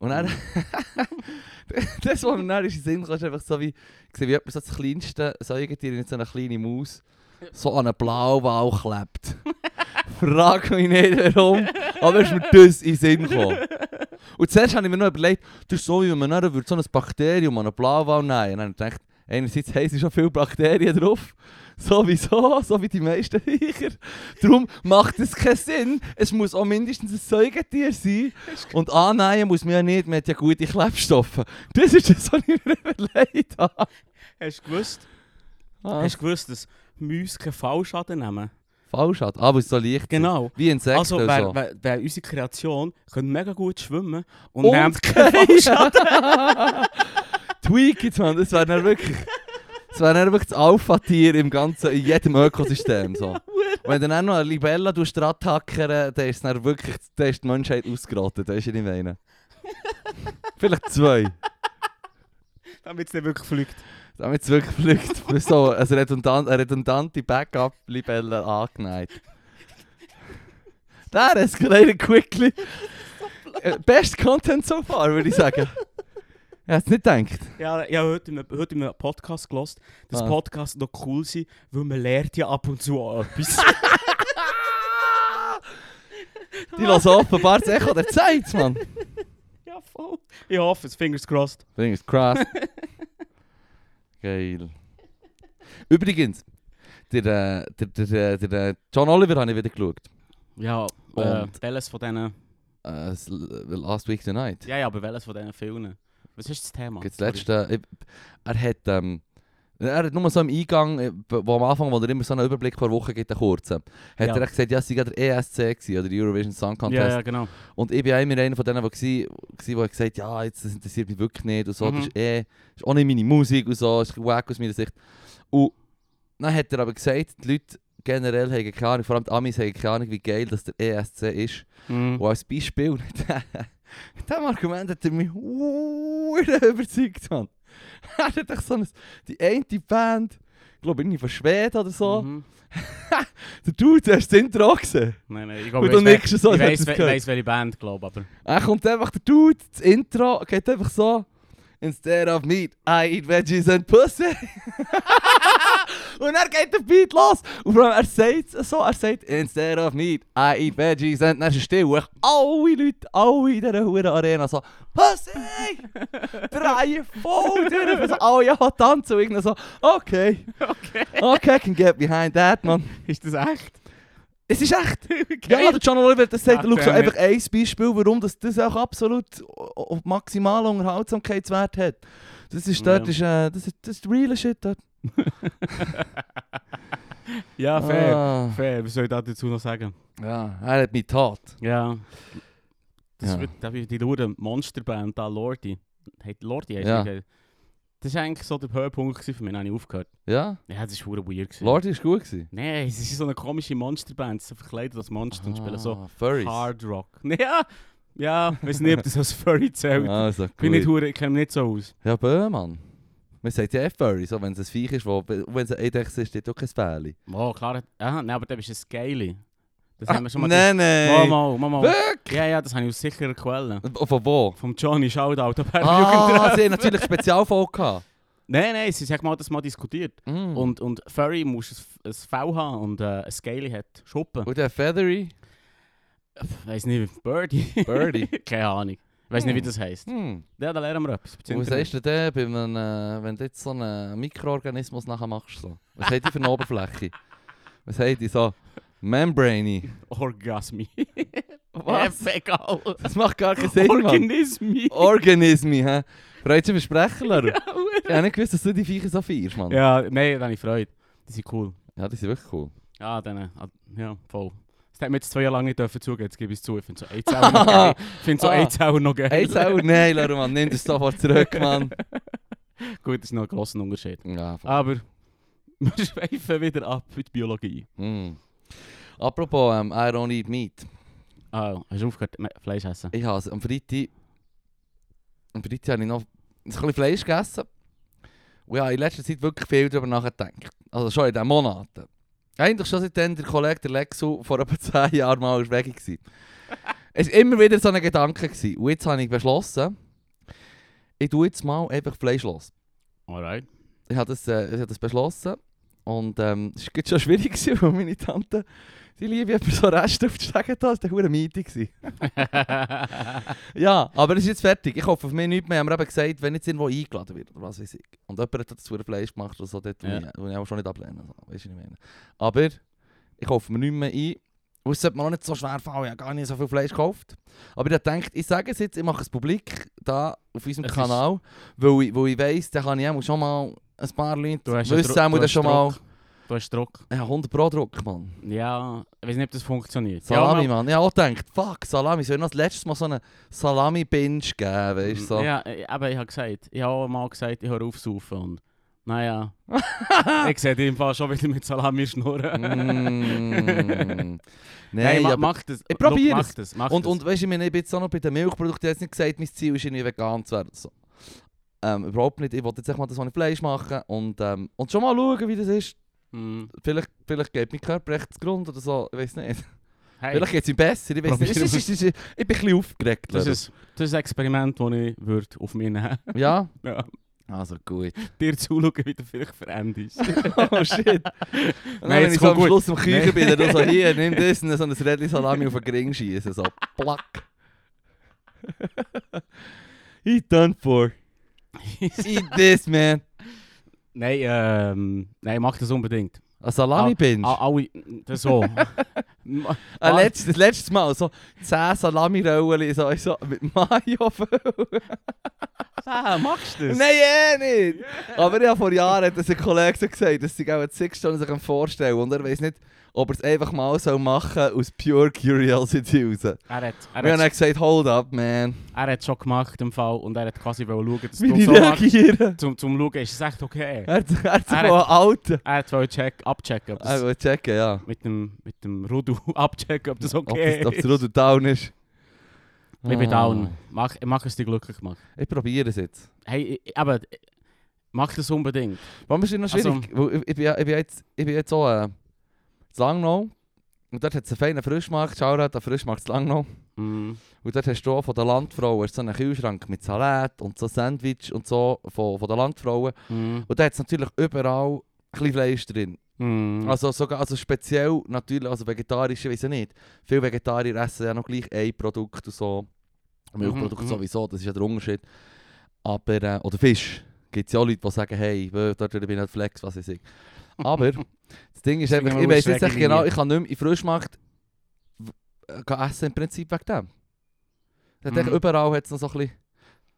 S2: Und er, das, was mir dann ist in den Sinn kam, ist einfach so wie, ich sehe, wie jemand so das Kleinste, so irgendwie in so eine kleine Maus, so an einen Blauwal klebt. Frag mich nicht warum, aber ist mir das in den Sinn gekommen. Und zuerst habe ich mir noch überlegt, das ist so, wie wenn man dann würde so ein Bakterium an einen Blauwal nehmen Und dann habe ich gedacht, einerseits hey, es sind schon viele Bakterien drauf. Sowieso, so wie die meisten Viecher. Darum macht es keinen Sinn. Es muss auch mindestens ein Säugetier sein. Und annehmen muss man ja nicht, man hat ja gute Klebstoffe. Das ist das, was ich mir überlegt habe.
S1: Hast du gewusst?
S2: Ah,
S1: Hast du gewusst, dass Mäuse keinen Fallschaden nehmen?
S2: falsch hat. Aber es ist so leicht.
S1: Genau.
S2: Wie Insekten
S1: Also,
S2: und
S1: wer,
S2: so.
S1: wer, wer unsere Kreation könnte mega gut schwimmen und,
S2: Und
S1: nimmt keinen Fallschaden.
S2: Tweaked, man, das wäre dann wirklich. Das wäre dann wirklich das Alpha-Tier im ganzen, in jedem Ökosystem. So. Wenn du dann auch noch eine Libella tust dran hackern, dann ist dann wirklich dann ist die Menschheit ausgerottet, weißt du, was ich meine? Vielleicht zwei.
S1: Damit es nicht wirklich fliegt.
S2: Damit es wirklich fliegt. Für So eine, redundant, eine redundante Backup-Libelle angeneigt. That escalated quickly. Äh, Best Content so far, würde ich sagen. Ich hätte es nicht gedacht.
S1: Ja, ich habe heute, in einem- heute in einem Podcast gelost, dass
S2: Ah.
S1: Podcasts noch cool sind, weil man lernt ja ab und zu auch etwas.
S2: Die hören offenbar das Echo der Zeit, Mann.
S1: ja, voll. Ich hoffe es, fingers crossed.
S2: Fingers crossed. Geil. Übrigens, der, äh, der, der, der, der John Oliver habe ich wieder geschaut.
S1: Ja, äh,
S2: Und-
S1: welches von diesen...
S2: Äh, s- Last Week Tonight.
S1: Ja, ja, aber welches von diesen Filmen? Was ist das Thema?
S2: Jetzt letzte, ich, eh, er hat, ähm, er hat nur so am Eingang, äh, wo am Anfang, wo er immer so einen Überblick pro Woche gibt, einen kurzen, hat
S1: Ja.
S2: er echt gesagt, ja, es sei ja der ESC gewesen, oder der Eurovision Song
S1: Sorry.
S2: Contest.
S1: Ja, ja, genau.
S2: Und ich bin auch immer einer von denen, der gsi- gsi, der gesagt hat, ja, jetzt, das interessiert mich wirklich nicht und so,
S1: Mhm.
S2: das ist eh, ist auch nicht meine Musik und so, ist ein bisschen wack aus meiner Sicht. Und dann hat er aber gesagt, die Leute generell haben keine Ahnung, vor allem die Amis haben keine Ahnung, wie geil das der ESC ist.
S1: Mhm.
S2: Und als Beispiel, mit diesem Argument hat er mich verdammt überzeugt, Mann. Er hat echt so eine, die eine Band, ich glaube irgendwie von Schweden oder so,
S1: Mhm.
S2: der Dude, der hast das Intro auch gesehen.
S1: Nein, nein, ich
S2: Und
S1: glaube,
S2: du nickst so,
S1: ich
S2: als
S1: weiß,
S2: hättest du es
S1: we
S2: gehört.
S1: weiss, welche Band, glaube aber...
S2: Er kommt einfach der Dude, das Intro geht einfach so. Instead of meat, I eat veggies and pussy. und er geht der Beat los. Und vor allem, er sagt es so, er sagt, instead of meat, I eat veggies and... Dann ist es still. Und echt alle Leute, alle in dieser hohen Arena so, Pussy! Drei voll durch. Also alle ja tanzen und irgendwie so, okay.
S1: Okay.
S2: Okay, I can get behind that, man.
S1: Ist das echt?
S2: Es ist echt...
S1: okay.
S2: Ja, der John Oliver das sagt,
S1: Ach,
S2: schau, so
S1: der
S2: einfach ein Beispiel, warum das, das auch absolut auf maximalen Unterhaltsamkeitswert hat. Das ist dort,
S1: Ja.
S2: ist, äh, das, ist, das ist real shit dort.
S1: Ja, fair.
S2: Ah.
S1: Fair, was soll ich da dazu noch sagen?
S2: Ja, er hat mich tat.
S1: Ja. Das
S2: Ja.
S1: wird da wird die Lure Monsterband da Lordi. Hey, Lordi heißt
S2: Ja.
S1: die, gell? Das war eigentlich so der Höhepunkt gewesen für mich, dann habe ich aufgehört.
S2: Ja,
S1: Ja, das war verdammt weird. gewesen.
S2: Lordi ist gut gewesen.
S1: Nein, es ist so eine komische Monsterband, sie verkleidet als Monster und spielen so
S2: Ah, Furries.
S1: Hard Rock. Ja, ja, weiß nicht, ob das als Furry zählt.
S2: Also,
S1: Ich bin nicht
S2: gut.
S1: hure, ich kenne mich nicht so aus.
S2: Ja, Böhmann. Man sagt ja eh Furry, so, wenn es ein Viech ist, wo, wenn es ein Eidechs ist, steht auch kein Fähli.
S1: Oh, klar. Aha, nein, aber da bist du ein Scaly. Das haben wir schon mal...
S2: Nein,
S1: Mal,
S2: nein.
S1: mal, mal, mal.
S2: Ah, Wirklich?
S1: Ja, ja, das habe ich aus sicherer Quelle.
S2: Von wo?
S1: Vom Johnny Shoutout, aber
S2: Ah, sie haben natürlich Spezialfolge gehabt.
S1: Nein, nein, sie haben mal das mal diskutiert.
S2: Mm.
S1: Und, und Furry muss ein, ein V haben und äh, ein Scaly hat Schuppen.
S2: Und der Feathery?
S1: Pff, Weiss nicht, Birdie.
S2: Birdie.
S1: Keine Ahnung. Weiß nicht, wie
S2: Hm.
S1: das heisst.
S2: Hm.
S1: Ja, da lernen wir etwas.
S2: Und was sagst du denn, bei einem, äh, wenn du jetzt so einen Mikroorganismus nachher machst? So? Was hat die für eine Oberfläche? Was hat die so? Membrane.
S1: Orgasmi.
S2: Was? Oh,
S1: Äh, egal.
S2: Das macht gar keinen Sinn, Mann.
S1: Organismi.
S2: Organismi, hä? Freut sich Versprecher, Ich
S1: Ja, hure.
S2: habe nicht gewusst, dass du die Viecher so feierst, Mann. Ja.
S1: ja, nein, da habe ich Freude. Die sind cool.
S2: die sind wirklich cool.
S1: Ja, dann, äh, ja, voll. Das hat mir jetzt zwei Jahre lang nicht dürfen zugeben, jetzt gebe ich es zu. Ich finde so AIDS auch noch geil. Ich finde so
S2: Ah.
S1: AIDS auch noch geil.
S2: Hey, Sauer, nein, Laura, Mann, nimm das sofort zurück, Mann.
S1: Gut, das ist noch ein grosser Unterschied.
S2: Ja, voll.
S1: Aber wir schweifen wieder ab mit Biologie.
S2: Mm. Apropos, ähm, I don't eat meat.
S1: Ah, hast du aufgehört, Me- Fleisch essen?
S2: Ich habe es am Freitag. Am Freitag habe ich noch ein bisschen Fleisch gegessen. Und ja, in letzter Zeit wirklich viel darüber nachgedacht. Also schon in diesen Monaten. Eigentlich schon seitdem der Kollege der Lexu vor etwa 10 Jahren mal ist weg war. es war immer wieder so ein Gedanke. gewesen. Und jetzt habe ich beschlossen, ich tue jetzt mal einfach Fleisch los.
S1: Alright.
S2: Ich habe das, äh, ich habe das beschlossen. Und ähm, es war gerade schon schwierig, gewesen, weil meine Tante, die liebe jemand so Reste auf die Stege da, das war eine Miete. gewesen. Ja, aber es ist jetzt fertig. Ich hoffe auf mich nicht mehr. Haben wir eben gesagt, wenn jetzt irgendwo eingeladen wird oder was weiß ich. Und jemand hat das zu Fleisch gemacht oder so, dort
S1: Ja.
S2: ja. ich, wo ich auch schon nicht ablehnen. So, weißt du, was ich meine. Aber ich hoffe mir nicht mehr ein. Und es sollte mir auch nicht so schwer fallen. Ich habe gar nicht so viel Fleisch gekauft. Aber ich denkt, ich sage es jetzt, ich mache es publik da auf unserem
S1: Es ist-
S2: Kanal, weil ich, weil ich weiss, da kann ich auch schon mal ein paar Leute
S1: Du hast ja
S2: wissen,
S1: Dru-
S2: auch
S1: du
S2: das
S1: hast
S2: schon mal.
S1: Druck. Du hast Druck.
S2: Ja, 100 Pro Druck, Mann.
S1: Ja, ich weiß nicht, ob das funktioniert.
S2: Salami,
S1: ja,
S2: Mann. Ich habe auch gedacht, fuck, Salami. Soll ich noch das letzte Mal so einen Salami-Binge geben, weißt du? So.
S1: Ja, äh, aber ich habe gesagt, ich habe auch mal gesagt, ich höre auf zu saufen und... Naja. ich sehe dich im Fall schon wieder mit Salami schnurren.
S2: Mm.
S1: Nein,
S2: Nein,
S1: ma
S2: aber
S1: mach das.
S2: Ich probiere
S1: Mach
S2: es.
S1: das, mach
S2: Und,
S1: das.
S2: und weißt du, ich meine, ich bin jetzt auch noch bei den Milchprodukten, ich habe jetzt nicht gesagt, mein Ziel ist irgendwie vegan zu werden. oder So. Ähm, überhaupt nicht. Ich wollte jetzt echt mal das ohne Fleisch machen und, ähm, und schon mal schauen, wie das ist.
S1: Mm.
S2: Vielleicht, vielleicht geht mein Körper echt zu Grund oder so, ich weiß nicht.
S1: Hey,
S2: Vielleicht geht es ihm besser, ich weiß nicht.
S1: Probier
S2: Es ist- es ist- Ich bin ein bisschen aufgeregt.
S1: das,
S2: Leute.
S1: ist, das ist ein Experiment, das ich würd auf mich nehmen würde.
S2: Ja?
S1: Ja.
S2: Also gut.
S1: Dir zuschauen, wie du vielleicht veränderst.
S2: Oh shit.
S1: Nein,
S2: Nein,
S1: jetzt
S2: wenn ich so am
S1: kommt
S2: Schluss am Küchen
S1: Nein.
S2: bin, dann so hier, nimm das und dann so ein Rädchen Salami auf den Gring schießen. So, plack. He done for. Eat this, man.
S1: nein, ähm, nein, mach das unbedingt.
S2: Ein Salami-Binge.
S1: Ah, alle, das so. Ma-
S2: Ein
S1: ah.
S2: letztes, das letzte Mal so 10 Salami-Rollen so, so, mit Mayo.
S1: ah, machst du das?
S2: Nein, eh nicht. Aber ich habe vor Jahren hat das ein Kollege so gesagt, dass sie auch sechs Stunden sich vorstellen können. Und er weiß nicht, ob er es einfach mal so machen aus pure Curiosity raus.
S1: Er hat,
S2: Wir
S1: er,
S2: haben dann
S1: hat,
S2: gesagt, hold up, man.
S1: er hat schon gemacht im Fall und er hat quasi wollen schauen, dass
S2: Wie
S1: du
S2: die
S1: so machst.
S2: reagieren.
S1: Zum, zum schauen, ist es echt okay.
S2: Er hat er hat sich
S1: Er
S2: mal alten.
S1: Er hat wollen check, Dus abchecken, ob
S2: Er
S1: das,
S2: will checken, ja.
S1: mit dem, mit dem Rudu abchecken, ob das
S2: Ob
S1: okay
S2: das, ob
S1: ist.
S2: das Rudel down ist.
S1: Ich bin
S2: Ah.
S1: down. Mach, mach es dich glücklich, Mann.
S2: Ich probiere es jetzt.
S1: Hey, ich- aber äh, mach das unbedingt.
S2: Warum ist es noch
S1: Also-
S2: schwierig? Weil ich, ich, bin, ja- ich, bin jetzt, ich bin jetzt auch äh, in Langnau. Und dort hat es einen feinen Frischmarkt. Shoutout an Frischmarkt in Langnau.
S1: Mm.
S2: Und dort hast du auch von der Landfrau hast du so einen Kühlschrank mit Salat und so Sandwich und so von, von der Landfrauen.
S1: Mm.
S2: Und da hat es natürlich überall ein bisschen Fleisch drin.
S1: Mm.
S2: Also sogar also speziell natürlich, also vegetarische, weiß ich nicht. Viele Vegetarier essen ja noch gleich ein Produkt und so. Milchprodukte
S1: mhm.
S2: sowieso, das ist ja der Unterschied. Aber, äh, oder Fisch, gibt es ja auch Leute, die sagen, hey, wö, dort bin ich nicht flex, was ich sage. Aber das Ding ist
S1: Das
S2: einfach,
S1: finde ich
S2: ich weiß
S1: eine
S2: jetzt echt
S1: schräge
S2: genau,
S1: Linie.
S2: ich kann nicht mehr in Frischmarkt w- äh, gehen essen im Prinzip wegen dem. Ich denke,
S1: Mhm.
S2: überall hat es noch so ein bisschen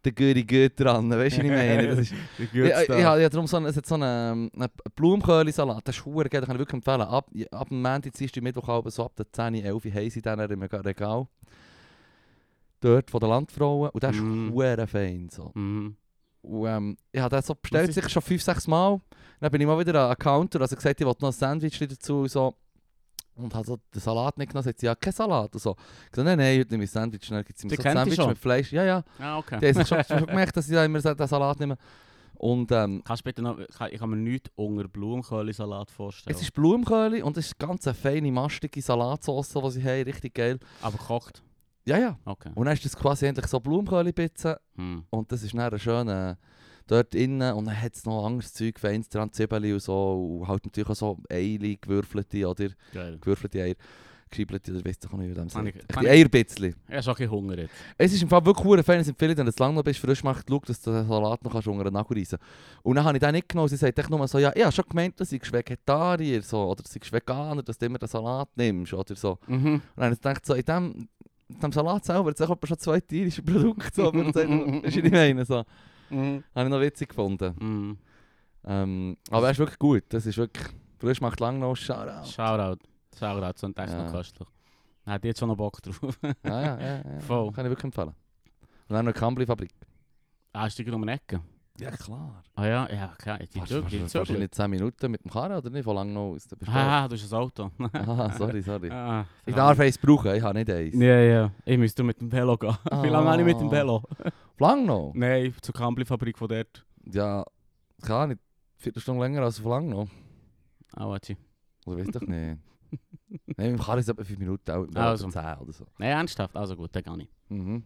S2: den Güri gut dran, weißt du, was ich meine? Das ist,
S1: Der gute
S2: ja, äh, ich,
S1: Stuff.
S2: ich habe ja darum so einen, es hat so einen, ähm, einen Blumenköhli-Salat, das ist verdammt geil, den kann ich wirklich empfehlen. Ab, ab dem Montag, Dienstag, Mittwoch, halb, so ab der 10, 11 Uhr haben sie den im Regal. Dort von der Landfrauen und der ist
S1: Mm.
S2: verdammt fein. So.
S1: Mhm.
S2: Und, ähm, ich habe den so bestellt,
S1: ist-
S2: sicher schon 5, 6 Mal. Dann bin ich mal wieder an den Counter, also gesagt, ich wollte noch ein Sandwich dazu und so. Und habe so den Salat nicht genommen, sagt sie, ja, kein Salat und so. Ich gesagt, nein, nein, heute nehme ich ein Sandwich. Dann gibt sie mir
S1: Die
S2: so ein
S1: kennt die
S2: Sandwich
S1: schon?
S2: mit Fleisch. Ja, ja,
S1: Ah, okay.
S2: die haben sich schon, schon gemerkt, dass ich da immer so den Salat nehme. Und ähm,
S1: Kannst bitte noch, ich kann- ich kann mir nichts unter Blumenkohlsalat vorstellen.
S2: Es ist Blumenköhli und es ist ganz eine feine, mastige Salatsauce, die sie haben, richtig geil.
S1: Aber gekocht.
S2: Ja, ja.
S1: Okay.
S2: Und dann ist das quasi endlich so Blumenköhli-Pizza
S1: Hm.
S2: und das ist dann schön äh, dort innen und dann hat es noch anderes Zeug, feines dran, Zwiebeln und so und halt natürlich auch so Eile, gewürfelte oder
S1: Geil.
S2: gewürfelte Eier, geschiebelte oder weiss ich auch nicht, wie
S1: Kann
S2: dem sagt.
S1: ich-
S2: Ein
S1: kann
S2: bisschen Eierbitzli.
S1: Ich habe schon ein bisschen Hunger jetzt.
S2: Es ist im Fall wirklich verdammt fein, es empfehle ich dir, wenn du zu lang noch bist, frisch macht, schau, dass du den Salat noch kannst unter den Nagel reissen Und dann habe ich den nicht genommen, sie sagt echt nur so, ja, ich habe schon gemeint, dass ich Vegetarier so, oder dass ich Veganer, dass du immer den Salat nimmst, oder so.
S1: Mhm.
S2: Und dann habe ich gedacht, so, in dem, in dem Salat selber, jetzt kommt schon zwei tierische Produkte, so, aber das ist nicht meine, so.
S1: Mhm.
S2: Habe ich noch witzig gefunden.
S1: Mhm.
S2: Ähm, aber er ist wirklich gut, das ist wirklich, frisch macht lang noch, Shoutout.
S1: Shoutout. Shoutout, so ein Text
S2: Ja.
S1: noch köstlich. Hat jetzt schon noch Bock drauf.
S2: Ja, ja, ja, ja.
S1: Voll.
S2: kann ich wirklich empfehlen. Und dann noch die Kambli-Fabrik.
S1: ah, ist die gerade um die Ecke?
S2: Ja, klar.
S1: Ah ja, ja, okay. Die
S2: Warte,
S1: Tür,
S2: warte,
S1: die
S2: warte, warte,
S1: Tür.
S2: nicht 10 Minuten mit dem Karren oder nicht? Von lang noch aus.
S1: Ah, du hast ein Auto.
S2: Aha, sorry, sorry.
S1: ah,
S2: Ich darf eins brauchen, ich habe nicht eins.
S1: Ja, ja. Ich müsste mit dem Velo gehen. Wie lange habe ich mit dem
S2: Ah.
S1: Velo?
S2: Lang noch?
S1: Nein, zur Kampli-Fabrik von dort.
S2: Ja, kann nicht. Viertelstunde länger als von lang noch.
S1: Ah, warte.
S2: Oder weiß doch nicht. Nein, mit dem Karren ist es etwa 5 Minuten, auch mit
S1: Also.
S2: 10 oder so.
S1: Nein, ernsthaft. Also gut, dann kann ich.
S2: Mhm.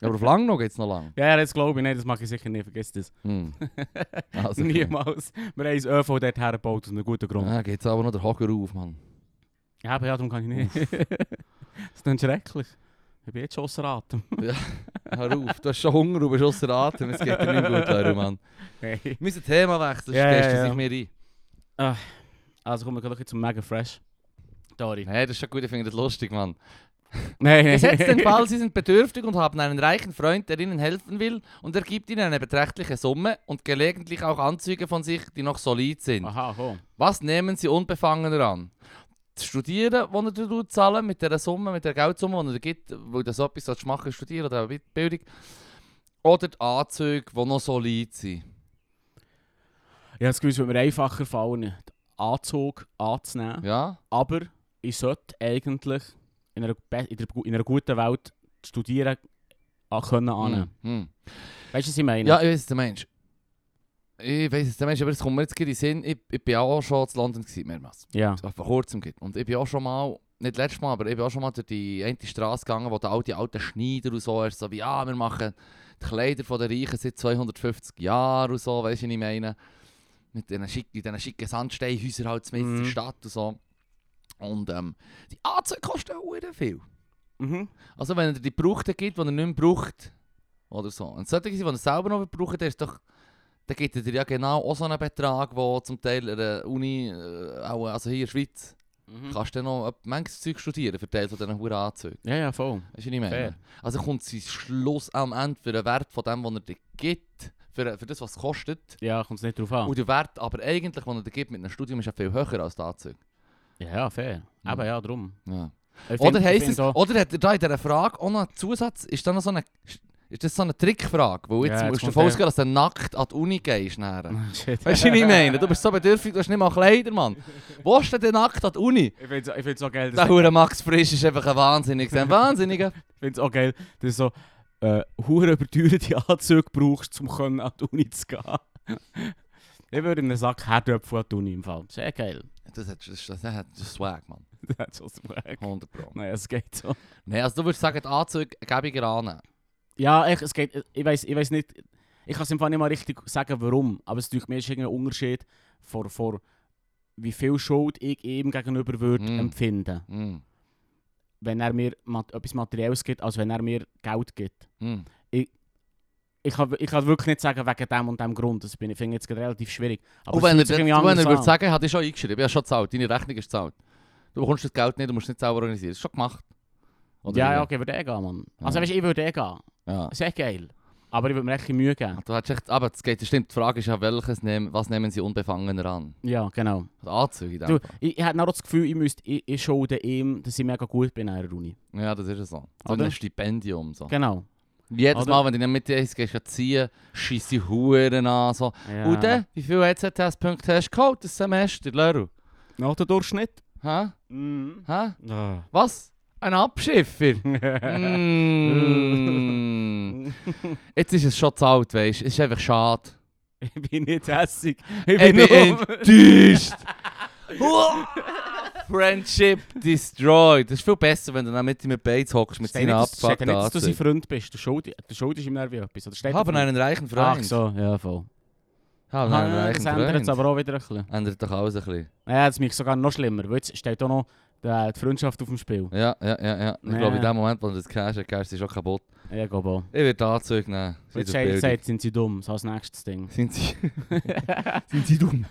S2: Aber auf lang noch geht es noch lang.
S1: Ja, ja, das glaube ich nicht. Das mache ich sicher nicht. Vergiss das.
S2: Hm. Also,
S1: Niemals. Wir haben ein ÖV dort hergebaut, aus einem guten Grund.
S2: Ah, geht es aber noch der Hocker auf, Mann.
S1: Ja, aber ja, darum kann ich nicht. das ist dann schrecklich. Ich bin jetzt schon ausser Atem.
S2: Hör auf, du hast schon Hunger und bist ausser Atem, es geht dir nicht gut, Leute, Mann.
S1: Hey.
S2: Wir müssen Thema wechseln,
S1: Ja,
S2: yeah,
S1: ja,
S2: gestern
S1: ja.
S2: sich mir ein.
S1: Ah, Also kommen wir gleich zum Mega Fresh. Sorry.
S2: Nein, das ist schon gut, ich finde das lustig, Mann.
S1: Nein,
S2: Gesetzt den Fall, Sie sind bedürftig und haben einen reichen Freund, der Ihnen helfen will und er gibt Ihnen eine beträchtliche Summe und gelegentlich auch Anzüge von sich, die noch solid sind.
S1: Aha, komm.
S2: Was nehmen Sie unbefangener an? Das Studieren, das er dir zahlen mit dieser Summe, mit der Geldsumme, die er dir gibt, weil das etwas sollst du machen willst, studieren oder eine Bildung. Oder die Anzüge, die noch solid sind.
S1: Ich habe das Gefühl, es würde mir einfacher fallen, den Anzug anzunehmen.
S2: Ja?
S1: Aber ich sollte eigentlich in einer, be- in der, gu- in einer guten Welt studieren auch können annehmen.
S2: Hm.
S1: Weißt du, was Ah, ich meine?
S2: Ja, ich weiß, der Mensch. Ich weiß, der Mensch, aber es kommt mir jetzt gerade in den Sinn. Ich, ich bin auch schon zu London gewesen, mehrmals.
S1: Ja.
S2: Ach, Vor kurzem geht. Und ich bin auch schon mal, nicht letztes Mal, aber ich bin auch schon mal durch die eine Straße gegangen, wo da all die alten Schneider und so erst so wie, ja, wir machen die Kleider von der Reichen seit 250 Jahren und so, weißt du, was ich meine? Mit diesen schicken, mit diesen schicken Sandsteinhäusern halt mitten in der
S1: Mhm.
S2: Stadt und so. Und ähm, die Anzüge kosten auch verdammt viel.
S1: Mhm.
S2: Also wenn er die gebrauchten gibt, die er nicht mehr braucht, oder so. Und solche, die er selber noch braucht, der ist doch... Dann gibt er dir ja genau auch so einen Betrag, der zum Teil an der Uni, äh, auch, also hier in der Schweiz, kannst du dann noch ein- manches Zeug studieren für Teil von diesen hohen Anzügen.
S1: Ja, ja, voll.
S2: Weißt du, was ich meine?
S1: Fair.
S2: Also kommt sein Schluss am Ende für den Wert von dem, was er dir gibt, für, für das, was es kostet.
S1: Ja, kommt es nicht drauf an.
S2: Und der Wert aber eigentlich, den er dir gibt mit einem Studium, ist ja viel höher als die Anzüge.
S1: Ja, ja, fair. Aber ja, drum.
S2: Ja.
S1: Ich find-
S2: Oder
S1: ich
S2: heisst
S1: find
S2: es,
S1: auch-
S2: oder hat er da in dieser Frage auch noch einen Zusatz? Ist da noch so eine, ist das so eine Trickfrage? Weil jetzt
S1: Ja, jetzt
S2: musst du
S1: kommt
S2: davon
S1: der-
S2: ausgehen, dass du nackt an die Uni gehst. nachher.
S1: Oh, Shit.
S2: Weißt du, was ich meine? Du bist so bedürftig, du hast nicht mal Kleider, Mann. Wo ist denn der nackt an die Uni?
S1: Ich finde es auch geil,
S2: Der
S1: dass
S2: Hure Max Frisch ist einfach ein Wahnsinniger. Ein Wahnsinniger.
S1: ich find's auch geil, dass du so äh, hure überteuerte Anzüge brauchst, um können an die Uni zu gehen. ich würde in einen Sack Herdöpfel an die Uni im Fall. Sehr geil.
S2: Das hat, das, das hat das ist Swag, Mann.
S1: Das ist so wack.
S2: 100 Pro.
S1: Nein, es geht so.
S2: Nein, also du würdest sagen, die Anzüge gebe ich an.
S1: Ja, echt, es geht. Ich weiß, ich weiß nicht. Ich kann es einfach nicht mal richtig sagen, warum. Aber es tut mir ist irgendein Unterschied vor, vor wie viel Schuld ich ihm gegenüber würde
S2: Mm.
S1: empfinden,
S2: Mm.
S1: wenn er mir mat etwas Materielles gibt, als wenn er mir Geld gibt.
S2: Mm.
S1: Ich kann, ich kann wirklich nicht sagen, wegen dem und dem Grund. Das bin ich finde ich jetzt gerade relativ schwierig. Aber
S2: Und
S1: es
S2: Oh, wenn er,
S1: fühlt sich
S2: wenn
S1: irgendwie
S2: er
S1: anders
S2: würde
S1: an.
S2: sagen, hat ich schon eingeschrieben, ich habe schon gezahlt, deine Rechnung ist gezahlt. Du bekommst das Geld nicht, du musst es nicht selber organisieren. Das ist schon gemacht. Oder
S1: Ja,
S2: wie?
S1: ja, okay, würde eh gehen, Mann. Also,
S2: Ja.
S1: weißt, ich würde eh gehen.
S2: ja.
S1: Sehr geil. Aber ich würde mir echt ein bisschen Mühe geben.
S2: Du hättest echt, aber es geht, stimmt. Die Frage ist ja, welches nehmen, was nehmen sie unbefangener an?
S1: Ja, genau.
S2: Oder Anzüge in
S1: Du,
S2: dem Fall.
S1: ich, ich habe noch das Gefühl, ich, müsste, ich, ich schulde ihm, dass ich mega gut bin an der Uni.
S2: Ja, das ist ja so. So
S1: Oder?
S2: ein Stipendium. So.
S1: Genau.
S2: Jedes
S1: Oder?
S2: Mal, wenn du nicht mit dir gehst, gehst du ziehen, schießt die Huren an. So.
S1: Ja.
S2: Und dann, wie viele EZS-Punkte hast du geholt das Semester, Leru?
S1: Nach dem Durchschnitt?
S2: Hä?
S1: Mhm.
S2: Hä?
S1: Ja.
S2: Was? Ein Abschiffer? mm. Jetzt ist es schon zu alt, weißt du. Es ist einfach schade.
S1: ich bin nicht hässig. Ich
S2: Ich
S1: bin,
S2: bin
S1: nur...
S2: enttäuscht. Friendship destroyed. Das ist viel besser, wenn du dann mit ihm mit Bates hockst, mit
S1: Steht
S2: seinen
S1: nicht, dass- steht ja nicht, dass du sein
S2: Abfuckdaten.
S1: Freund bist. Du schuldest, du schuldest ihm nervig etwas. Oder steht
S2: Haben
S1: da-
S2: einen reichen Freund.
S1: Ach so, ja voll.
S2: Haben einen
S1: Ah, das
S2: reichen
S1: ändert
S2: Freund.
S1: es aber auch wieder ein bisschen.
S2: Ändert doch alles ein bisschen.
S1: Ja, das macht es sogar noch schlimmer, weil jetzt steht auch noch äh, die Freundschaft auf dem Spiel.
S2: Ja, ja, ja, ja. Ich
S1: Nee.
S2: glaube, in dem Moment, wo du das Cash hast, Cash ist schon kaputt.
S1: Ja, glaube auch.
S2: Ich werde Anzug nehmen. Sie
S1: Jetzt
S2: sind
S1: sagt-
S2: billig.
S1: sagt, sind sie dumm, so als nächstes Ding.
S2: Sind sie... Sind sie dumm?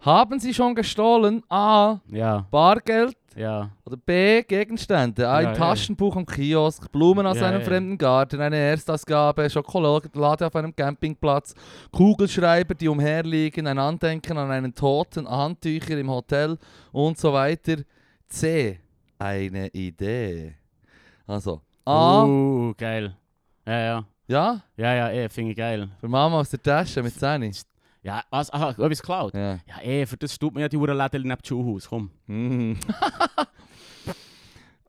S2: Haben sie schon gestohlen? A.
S1: Ja,
S2: Bargeld.
S1: ja.
S2: Oder B. Gegenstände. Ein
S1: Ja, ja.
S2: Taschenbuch am Kiosk, Blumen aus
S1: Ja,
S2: einem
S1: ja.
S2: fremden Garten, eine Erstausgabe, Schokolade auf einem Campingplatz, Kugelschreiber, die umherliegen, ein Andenken an einen Toten, Handtücher im Hotel und so weiter. C. Eine Idee. Also, A.
S1: Uh, geil. Ja, ja.
S2: Ja,
S1: Ja, ja, eh, finde ich geil.
S2: für Mama aus der Tasche mit Zähne.
S1: Ja, was? Aha, etwas geklaut?
S2: Ja.
S1: Ja, eh, für das tut mir ja die Uhrenläden neben dem Schuhhaus, komm.
S2: Mhm.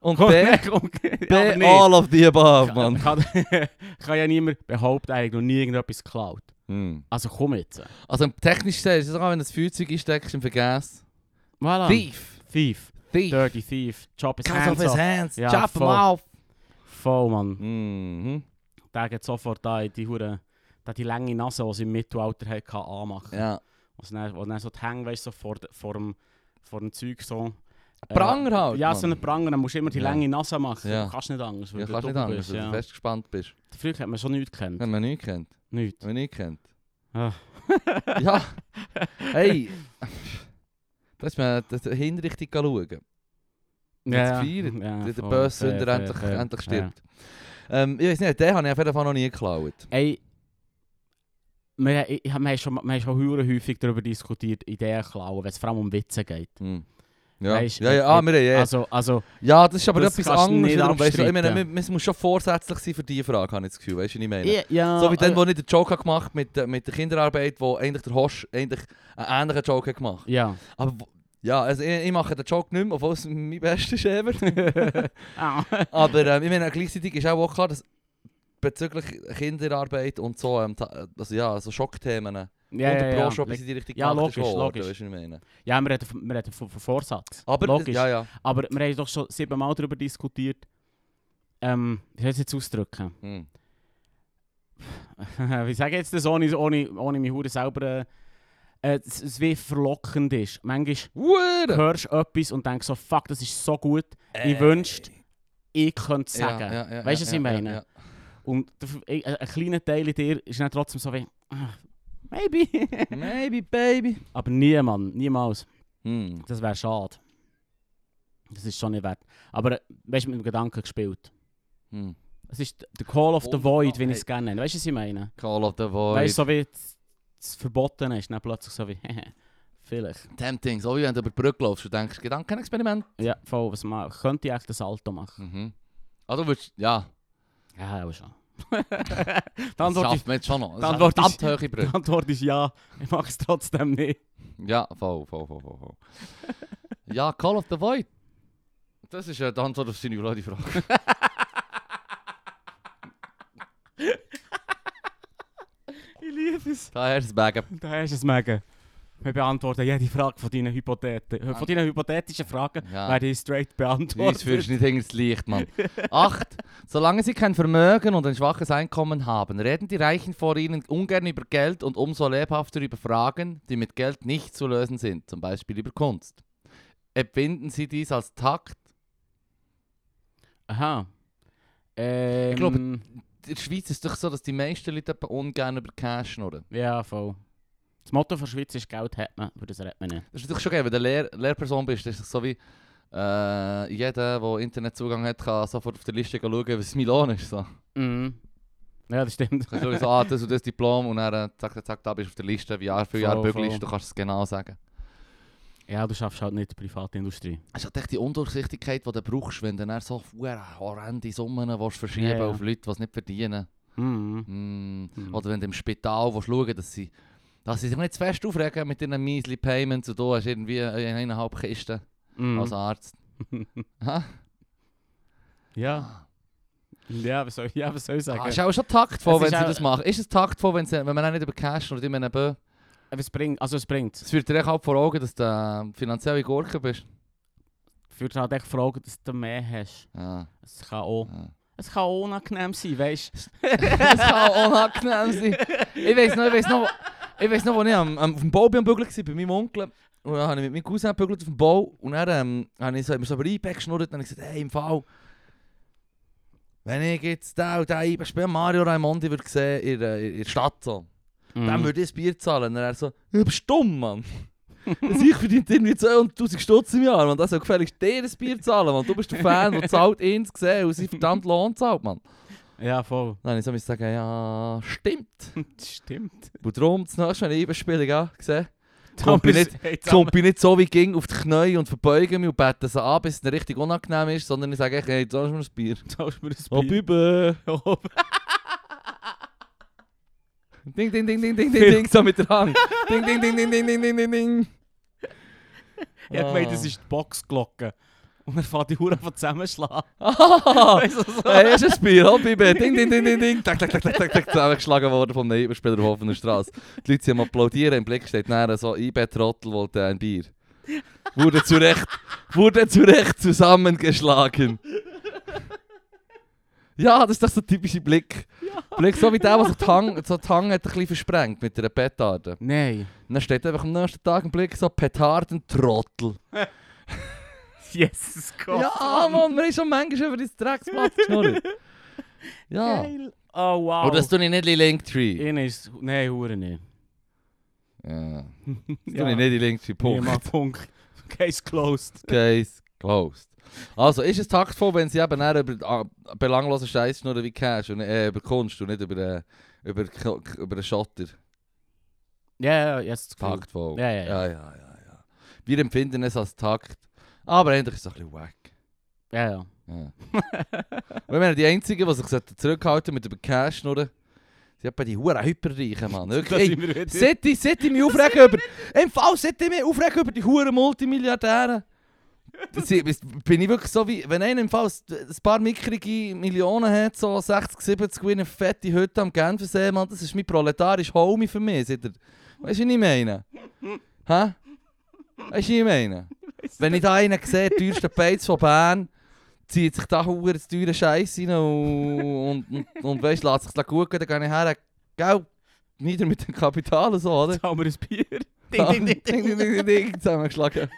S2: und
S1: Mm. Komm,
S2: B.
S1: komm,
S2: B.
S1: aber nicht.
S2: All of the above,
S1: Kann,
S2: Mann.
S1: kann, kann ja niemand behaupten, eigentlich noch nie irgendetwas geklaut.
S2: Mhm.
S1: Also komm jetzt.
S2: Also technisch gesehen ist es auch, wenn du das Feuerzeug einsteckst im Vergäss.
S1: Voilà.
S2: Thief!
S1: Thief.
S2: Thief!
S1: Dirty Thief. Chop his
S2: Cut off
S1: hands
S2: his
S1: off.
S2: hands!
S1: Ja,
S2: Chop him
S1: voll.
S2: off!
S1: Voll, Mann.
S2: Mhm.
S1: Der geht sofort da in die Hure, da die lange Nase, die sie im Mittelalter hatte, anmachen.
S2: Ja.
S1: Was dann, wo dann so die Hänge, weißt du, so vor, de- vor, dem, vor dem Zeug so... äh,
S2: Pranger halt,
S1: Ja,
S2: Mann.
S1: so einen Pranger, dann musst du immer die
S2: Ja.
S1: lange Nase machen.
S2: Ja.
S1: Du kannst nicht anders, weil
S2: Ja,
S1: du
S2: kannst nicht
S1: dumm
S2: anders,
S1: bist,
S2: wenn du
S1: ja.
S2: festgespannt bist.
S1: Früher hat man schon nichts gekannt.
S2: Wenn man nicht kennt.
S1: Nichts.
S2: Wenn man nicht kennt.
S1: Ah.
S2: ja! Hey! Da ist man in die Hinrichtung schauen. Ja, ja.
S1: ja,
S2: der
S1: voll,
S2: Bössünder
S1: fair,
S2: endlich,
S1: fair, fair.
S2: endlich stirbt. Ähm, ich weiß nicht, den habe ich auf jeden Fall noch nie geklaut.
S1: Ja. Ey, wir, ich, wir haben schon, wir haben schon hure häufig darüber diskutiert, Ideen klauen, wenn es vor allem um Witze geht.
S2: Hm. Ja.
S1: Weisst,
S2: ja, ja,
S1: mit-
S2: ah, wir haben eh-
S1: Also, also,
S2: ja, das ist aber
S1: das
S2: etwas
S1: kannst du
S2: anderes.
S1: nicht
S2: wiederum, weisst du, ich
S1: abstreiten.
S2: meine, man, man muss schon vorsätzlich sein für diese Frage, habe ich das Gefühl. Weißt du, was ich meine?
S1: ich- ja,
S2: So wie
S1: äh,
S2: dann, wo ich den Joke habe gemacht mit, äh, mit der Kinderarbeit, wo eigentlich der Hosch eigentlich einen ähnlichen Joke hat gemacht
S1: Ja.
S2: Aber wo- ja, also ich, ich mache den Joke nicht mehr, obwohl es mein Bestes ist ever.
S1: Ah.
S2: Aber ähm, ich meine, gleichzeitig ist auch, auch klar, dass bezüglich Kinderarbeit und so, ähm, ta- also ja, so Schockthemen
S1: ja,
S2: und
S1: ja,
S2: der
S1: ja.
S2: Pro-Shop in die Richtung
S1: Ja,
S2: gemacht ist
S1: logisch,
S2: worden,
S1: logisch.
S2: weisst du, was ich meine?
S1: ja, wir reden, von- wir reden von, von Vorsatz.
S2: Aber,
S1: Logisch.
S2: ja, ja.
S1: Aber wir haben doch schon siebenmal darüber diskutiert. Ähm, wie soll ich es jetzt ausdrücken?
S2: Hm.
S1: Wie sage ich jetzt das, dus ohne, ohne, ohne mich hure selber... Äh, es, es wie verlockend ist. Manchmal
S2: Hure!
S1: hörst du etwas und denkst so, fuck, das ist so gut, ich wünschte, ich könnte es sagen. Weißt du, was ich meine?
S2: Ja,
S1: Und der, ich- ein, ein kleiner Teil in dir ist dann trotzdem so wie, ah, maybe.
S2: ja. Maybe, baby.
S1: Aber niemand, niemals.
S2: Hm.
S1: Das wäre schade. Das ist schon nicht wert. Aber äh, weißt du, mit dem Gedanken gespielt.
S2: Hm.
S1: Es ist der Call of the
S2: Und-
S1: Void, wenn
S2: Oh, hey.
S1: ich es gerne nenne. Weißt du, was ich meine?
S2: Call of the Void.
S1: Weißt du, so wie das- das Verbotene ist, dann plötzlich so wie, vielleicht.
S2: Tempting, so wie wenn du über die Brücke läufst und denkst, Gedankenexperiment.
S1: Ja, voll, was man könnte ich echt ein Salto machen.
S2: Mhm. Ah, du würdest, ja,
S1: Ja, aber schon. die,
S2: das
S1: Antwort
S2: schafft
S1: ist,
S2: man jetzt schon noch.
S1: die
S2: Das ist eine
S1: Antwort ist-
S2: verdammt hohe
S1: die
S2: Brücke.
S1: Antwort ist ja, ich mache es trotzdem nicht.
S2: Ja, voll, voll, voll, voll, voll. ja, Call of the Void. Das ist äh, die Antwort auf seine blöde Frage.
S1: Ich liebe es.
S2: Daher das Backup.
S1: Da hast du es mega. Wir beantworten jede Frage von deinen Hypotheten. Von deinen hypothetischen Fragen
S2: Ja.
S1: werde ich straight
S2: Uns
S1: beantwortet.
S2: führst du nicht hinter das Licht, Mann. Acht. Solange sie kein Vermögen und ein schwaches Einkommen haben, reden die Reichen vor ihnen ungern über Geld und umso lebhafter über Fragen, die mit Geld nicht zu lösen sind, zum Beispiel über Kunst. Empfinden sie dies als Takt?
S1: Aha. Ähm,
S2: Ich glaube- In der Schweiz ist es doch so, dass die meisten Leute etwa ungern über Cash schnurren.
S1: Ja, voll. Das Motto von der Schweiz ist Geld hat man, aber das redet man nicht.
S2: Das ist doch schon geil, wenn du Lehr Lehrperson bist, das ist so wie äh, jeder, der Internetzugang hat, kann sofort auf der Liste gehen schauen, was mein Lohn ist. So. Mm.
S1: Mhm. Ja, das stimmt.
S2: Kannst du schauen, so, ah, das und das Diplom und dann äh, zack, zack, zack, da bist du auf der Liste, wie Jahr für Jahr
S1: Voll,
S2: bügelst,
S1: voll.
S2: du kannst es genau sagen.
S1: Ja, dus du schaffst halt nicht die private Industrie.
S2: Es ist halt echt die Undurchsichtigkeit, die du brauchst, wenn du dann so verdammt horrende Summen willst verschieben
S1: Ja, ja.
S2: auf Leute, die es nicht verdienen.
S1: Mhm.
S2: Mm.
S1: Mhm.
S2: Oder wenn du im Spital willst schauen dass sie, dass sie sich nicht zu fest aufregen mit ihren meisli Payments und du hast irgendwie äh, eineinhalb Kisten
S1: Mhm.
S2: als Arzt. Aha.
S1: Ja. Ja, was soll, ja, was soll ich sagen?
S2: Ah, ist auch schon taktvoll,
S1: Es
S2: wenn
S1: ist
S2: sie
S1: auch-
S2: das machen. Ist es taktvoll, wenn, sie, wenn man auch nicht über Cash oder immer eben...
S1: Aber es bringt, also es bringt.
S2: Es führt dir echt halt vor Augen, dass du äh, finanziell in Gurke bist.
S1: Führt halt echt Fragen, dass du mehr hast.
S2: Ja.
S1: Es kann auch,
S2: ja.
S1: es kann auch unangenehm sein, weißt du?
S2: das kann auch unangenehm sein. Ich weiß noch, ich weiß noch, ich weiß noch, als ich am, am, auf dem Bau bin, am bügeln war, bei meinem Onkel. Und dann habe ich mit meinem Cousin gebügelt auf dem Bau. Und dann ähm, habe ich so, hab mir so über Eibeck geschnurrt und dann habe ich gesagt, hey, im Fall... Wenn ich jetzt den und den Eibeck spiele, Mario Raimondi würde sehen in, der- in der Stadt so.
S1: Mhm.
S2: Dann würde ich ein Bier zahlen. Und er so, du bist dumm, Mann. Das ich verdient irgendwie 200'000 Stutz im Jahr, man. Das soll gefälligst dir ein Bier zahlen, Mann. Du bist der Fan, der zahlt ins gesehen und sie verdammt Lohn zahlt, Mann.
S1: Ja, voll.
S2: Dann habe ich so müssen sagen, ja, stimmt.
S1: Stimmt.
S2: Und darum, das nächste Mal eben spielen, gell? Gesehen?
S1: Komm,
S2: bin nicht- Kommt bin nicht so wie ging auf die Knie und verbeuge mich und bete sie an, bis es ihnen richtig unangenehm ist, sondern ich sage, echt, hey, zahlst du mir ein Bier.
S1: Zahlst mir ein
S2: Oh,
S1: Bier.
S2: Bibe.
S1: Oh,
S2: Ding, ding, ding, ding, ding, ding, ding, so mit der Hand. Ding, ding, ding, ding, ding, ding, ding, ding, ding.
S1: ich hab gemeint, das
S2: Ah.
S1: ist die Boxglocke. Und er fährt die Hure von zusammenschlagen.
S2: Ah,
S1: Weißt du, so.
S2: hey, ist ein Bier, oh Bibe. Ding, ding, ding, ding, ding. Tak, tak, tak, tak, tak, tak. Zusammengeschlagen worden vom Nebenspieler auf offener Straße. Die Leute sind am Applaudieren, im Blick steht näher so, Eibe-Trottel wollte ein eh, Bier. Wurde zu Recht, wurde zu Recht zusammengeschlagen. Ja, das ist doch so ein typischer Blick. Blick so wie der, der so die Hang, so die Hang hat ein bisschen versprengt mit einer Petarde.
S1: Nein.
S2: Und dann steht einfach am nächsten Tag im Blick so Petardentrottel.
S1: Jesus Gott.
S2: ja, Mann, wir haben schon manchmal über dein Drecksblatt geschnurrt. Ja.
S1: Geil. Oh, wow.
S2: Oder das tue ich nicht in Linktree.
S1: Ihnen ist... Nein, Hure nicht.
S2: Ja. Das tue ich nicht in Linktree. Punkt.
S1: Niemand. Punkt. Case closed.
S2: Case closed. Also, ist es taktvoll, wenn sie eben dann über ah, belanglose Scheiß nur wie Cash und äh, über Kunst und nicht über, äh, über, K- K- über einen Schotter?
S1: Ja, ja, ja, jetzt das Gefühl.
S2: Taktvoll.
S1: Ja, ja, ja.
S2: ja, ja, ja, ja. Wir empfinden es als Takt. Aber eigentlich ist es ein bisschen wack.
S1: Ja, ja.
S2: Ja. Weil wir die Einzigen, die sich sollten zurückhalten mit über Cash schnurren, sind etwa die Huren Hyperreichen, Mann.
S1: Da
S2: Wirklich.
S1: sind
S2: Ey,
S1: wir wieder-
S2: Seit ich, seit ich mich aufregen über... Im Fall, seit ich mich aufregen über die Huren Multimilliardäre. Das ist- bin ich wirklich so wie... Wenn einer im Fall s- ein paar mickrige Millionen hat, so 60, 70 wie eine fette Hütte am Genfersee, Mann, das ist mein proletarisch Homie für mich. Seht ihr? Weißt du, was ich meine? Hä? Weißt du, was ich meine? Wenn ich da einen sehe, die teuersten Bates von Bern, zieht sich da verdammt das teure Scheiß rein und, und, und, und weißt, lässt sich da gut gehen, dann gehe ich her, gell, nieder mit dem Kapital und so, oder?
S1: Jetzt haben wir ein Bier.
S2: ding, ding, ding, ding, ding, zusammengeschlagen.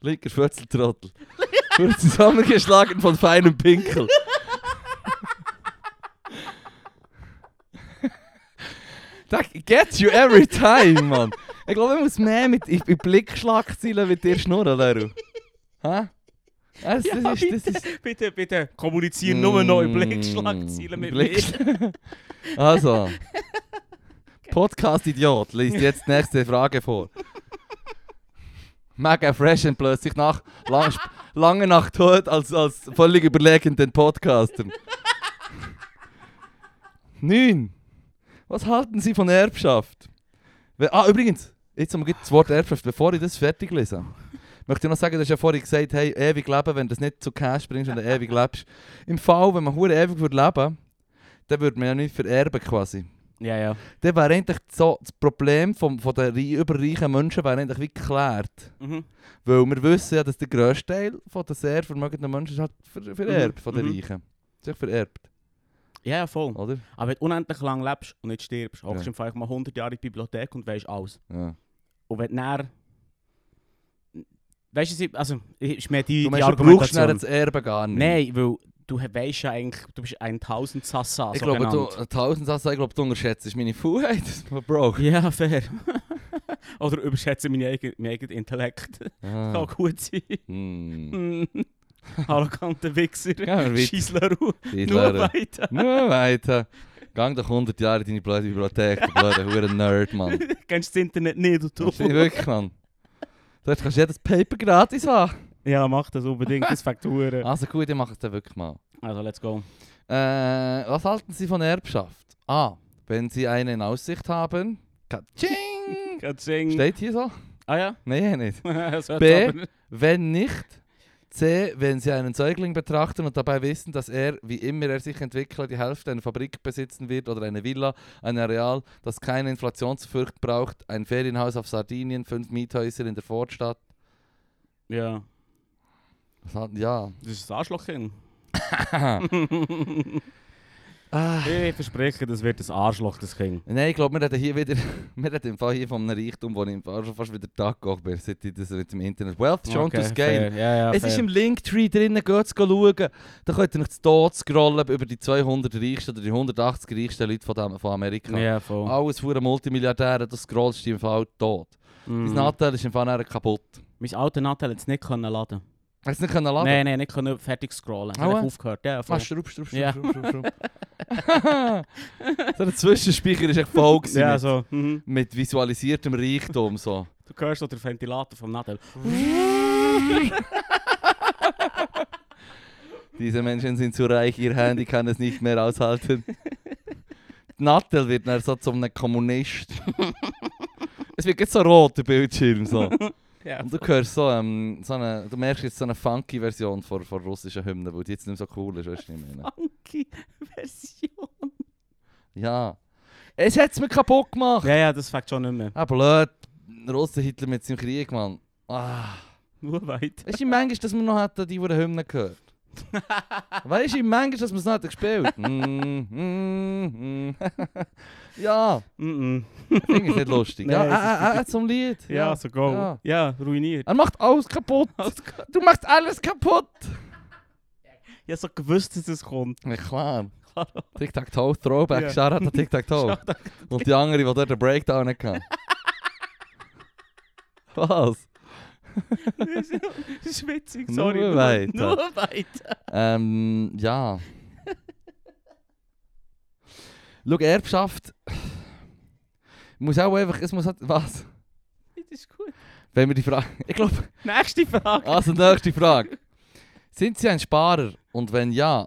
S2: Linker Fötzeltrottel. Wurde zusammengeschlagen von feinem Pinkel. That gets you every time, Mann. Ich glaube, ich muss mehr mit ich, ich Blickschlagzeilen mit dir schnurren, Leru. Hä? Das, das
S1: Ja,
S2: ist, das ist,
S1: Bitte, bitte, kommunizieren nur neue
S2: Mm,
S1: Blickschlagzeilen mit mir.
S2: Blick- also. Podcast-Idiot liest jetzt die nächste Frage vor. Mega fresh und plötzlich nach lang, sp- lange Nacht tot als, als völlig überlegenden Podcastern. 9. Was halten Sie von Erbschaft? We- ah, übrigens, jetzt haben wir gleich das Wort Erbschaft, bevor ich das fertig lese. Möchte ich noch sagen, du hast ja vorhin gesagt, hey, ewig leben, wenn du das nicht zu Cash bringst und du ewig lebst. Im Fall, wenn man hure ewig würde leben, dann würde man ja nicht vererben quasi.
S1: Ja, ja.
S2: Dann wäre eigentlich so, das Problem vom, von den rei- überreichen Menschen wäre eigentlich wie geklärt.
S1: Mhm.
S2: Weil wir wissen ja, dass der grösste Teil von den sehr vermögenden Menschen ist halt ver vererbt, von den
S1: mhm.
S2: Reichen. Sich vererbt,
S1: Ja, ja, voll.
S2: oder?
S1: Aber wenn du unendlich lang lebst und nicht stirbst, hockst
S2: Oh. Ja.
S1: du im Fall mal 100 Jahre in die Bibliothek und weißt alles.
S2: Ja.
S1: Und wenn dann... Weißt du, sie- also, ist mir die, die
S2: Du meinst, du brauchst
S1: Argumentation...
S2: dann das Erbe gar nicht.
S1: Nein, weil du weißt ja eigentlich, du bist ein Tausendsassa.
S2: Ich glaube, du, tausend Sachen, ich glaube, du unterschätzt meine Fuhrheit, Bro.
S1: Ja, fair. Oder überschätze meinen eigenen, meinen eigenen Intellekt.
S2: Ah.
S1: Kann gut sein.
S2: Hm.
S1: Mm. Arroganter Wichser.
S2: Gehen wir weiter.
S1: Scheissleru.
S2: Die
S1: Nur
S2: Lehrer.
S1: weiter.
S2: Nur weiter. eh, Gang doch 100 Jahre in deine blöde Bibliothek, du blöde hure Nerd, Mann.
S1: Kennst das Internet nicht, du
S2: Das
S1: Tuffel?
S2: ist wirklich, Mann. Dort kannst du jedes Paper gratis haben.
S1: Ja, mach das unbedingt. Das fängt hure.
S2: Also gut, ich mache es dann wirklich mal.
S1: Also, let's go.
S2: Äh, was halten Sie von Erbschaft? Ah, wenn Sie eine in Aussicht haben. Katsching!
S1: Katsching.
S2: Steht hier so?
S1: Ah ja?
S2: Nein, nicht.
S1: so hat's
S2: B.
S1: aber-
S2: Wenn nicht. C. Wenn Sie einen Säugling betrachten und dabei wissen, dass er, wie immer er sich entwickelt, die Hälfte einer Fabrik besitzen wird oder eine Villa, ein Areal, das keine Inflation zu fürchten braucht, ein Ferienhaus auf Sardinien, fünf Miethäuser in der Vorstadt.
S1: Ja.
S2: Was halten- Ja.
S1: Das ist ein Arschlochkind.
S2: Ah.
S1: Ich verspreche, das wird ein Arschloch, das Kind.
S2: Nein, ich glaube, wir reden hier wieder, wir reden im Fall hier von einem Reichtum, wo ich im Fall schon fast wieder taggegangen bin, seit ich das mit dem Internet... Wealth shown to
S1: fair.
S2: scale.
S1: Ja, ja,
S2: es
S1: fair.
S2: ist im Linktree drinnen, geht's go schauen. Da könnt ihr euch zu Tod scrollen über die 200 reichsten oder die 180 reichsten Leute von, dem, von Amerika.
S1: Ja, voll.
S2: Alles für Multimilliardäre, das scrollst du im Fall tot.
S1: Mhm.
S2: Dein Nachteil ist im Fall nachher kaputt.
S1: Mein alter Nattel hat es nicht können laden.
S2: Hast du nicht können laden?
S1: Nein, nein, nicht können fertig scrollen.
S2: Aua.
S1: Hat echt aufgehört. Ja, voll.
S2: Ah, schrupp, schrupp, schrupp,
S1: Ja.
S2: schrupp, schrupp, schrupp. so der Zwischenspeicher ist echt voll gewesen
S1: ja,
S2: mit,
S1: so. Mhm.
S2: mit visualisiertem Reichtum. So.
S1: Du hörst noch den Ventilator vom Nadel.
S2: Diese Menschen sind zu reich, ihr Handy kann es nicht mehr aushalten. Nattel wird dann so zum einem Kommunist. es wird jetzt so rot, der Bildschirm. So. Und
S1: Ja.
S2: du hörst so, ähm, so eine, du merkst jetzt so eine funky Version von, von russischen Hymnen, weil die jetzt nicht mehr so cool ist, weißt du nicht mehr.
S1: Funky Version.
S2: Ja. Es hat es mir kaputt gemacht.
S1: Ja, ja, das fängt schon nicht mehr.
S2: Ah, blöd. Russen Hitler mit seinem Krieg, Mann. Ah.
S1: Nur weit.
S2: Weißt du, manchmal, dass wir noch hätten, die wurde Hymne gehört. weißt du, manchmal, dass wir es noch hätten gespielt. mm, mm, mm. ja,
S1: Mhm.
S2: finde ich nicht lustig.
S1: Nee,
S2: ja,
S1: es ist
S2: äh, äh, äh, zum Lied.
S1: Ja, so go.
S2: Ja.
S1: Ja, ruiniert.
S2: Er macht alles kaputt. Du machst alles kaputt.
S1: Ich hab so gewusst, dass es kommt.
S2: Ja, klar. Tic Tac Toe, Throwback,
S1: Ja.
S2: yeah. Shoutout an Tic Tac Toe. Und die andere, die dort den Breakdown hatte. Was?
S1: Das ist witzig,
S2: Nur
S1: sorry.
S2: weiter.
S1: Nur weiter.
S2: Ähm, ja. Schau, Erbschaft. Muss auch einfach. Es muss halt, was?
S1: Das ist gut.
S2: Wenn wir die Frage. Ich glaube.
S1: Nächste Frage.
S2: Also, nächste Frage. Sind Sie ein Sparer? Und wenn ja.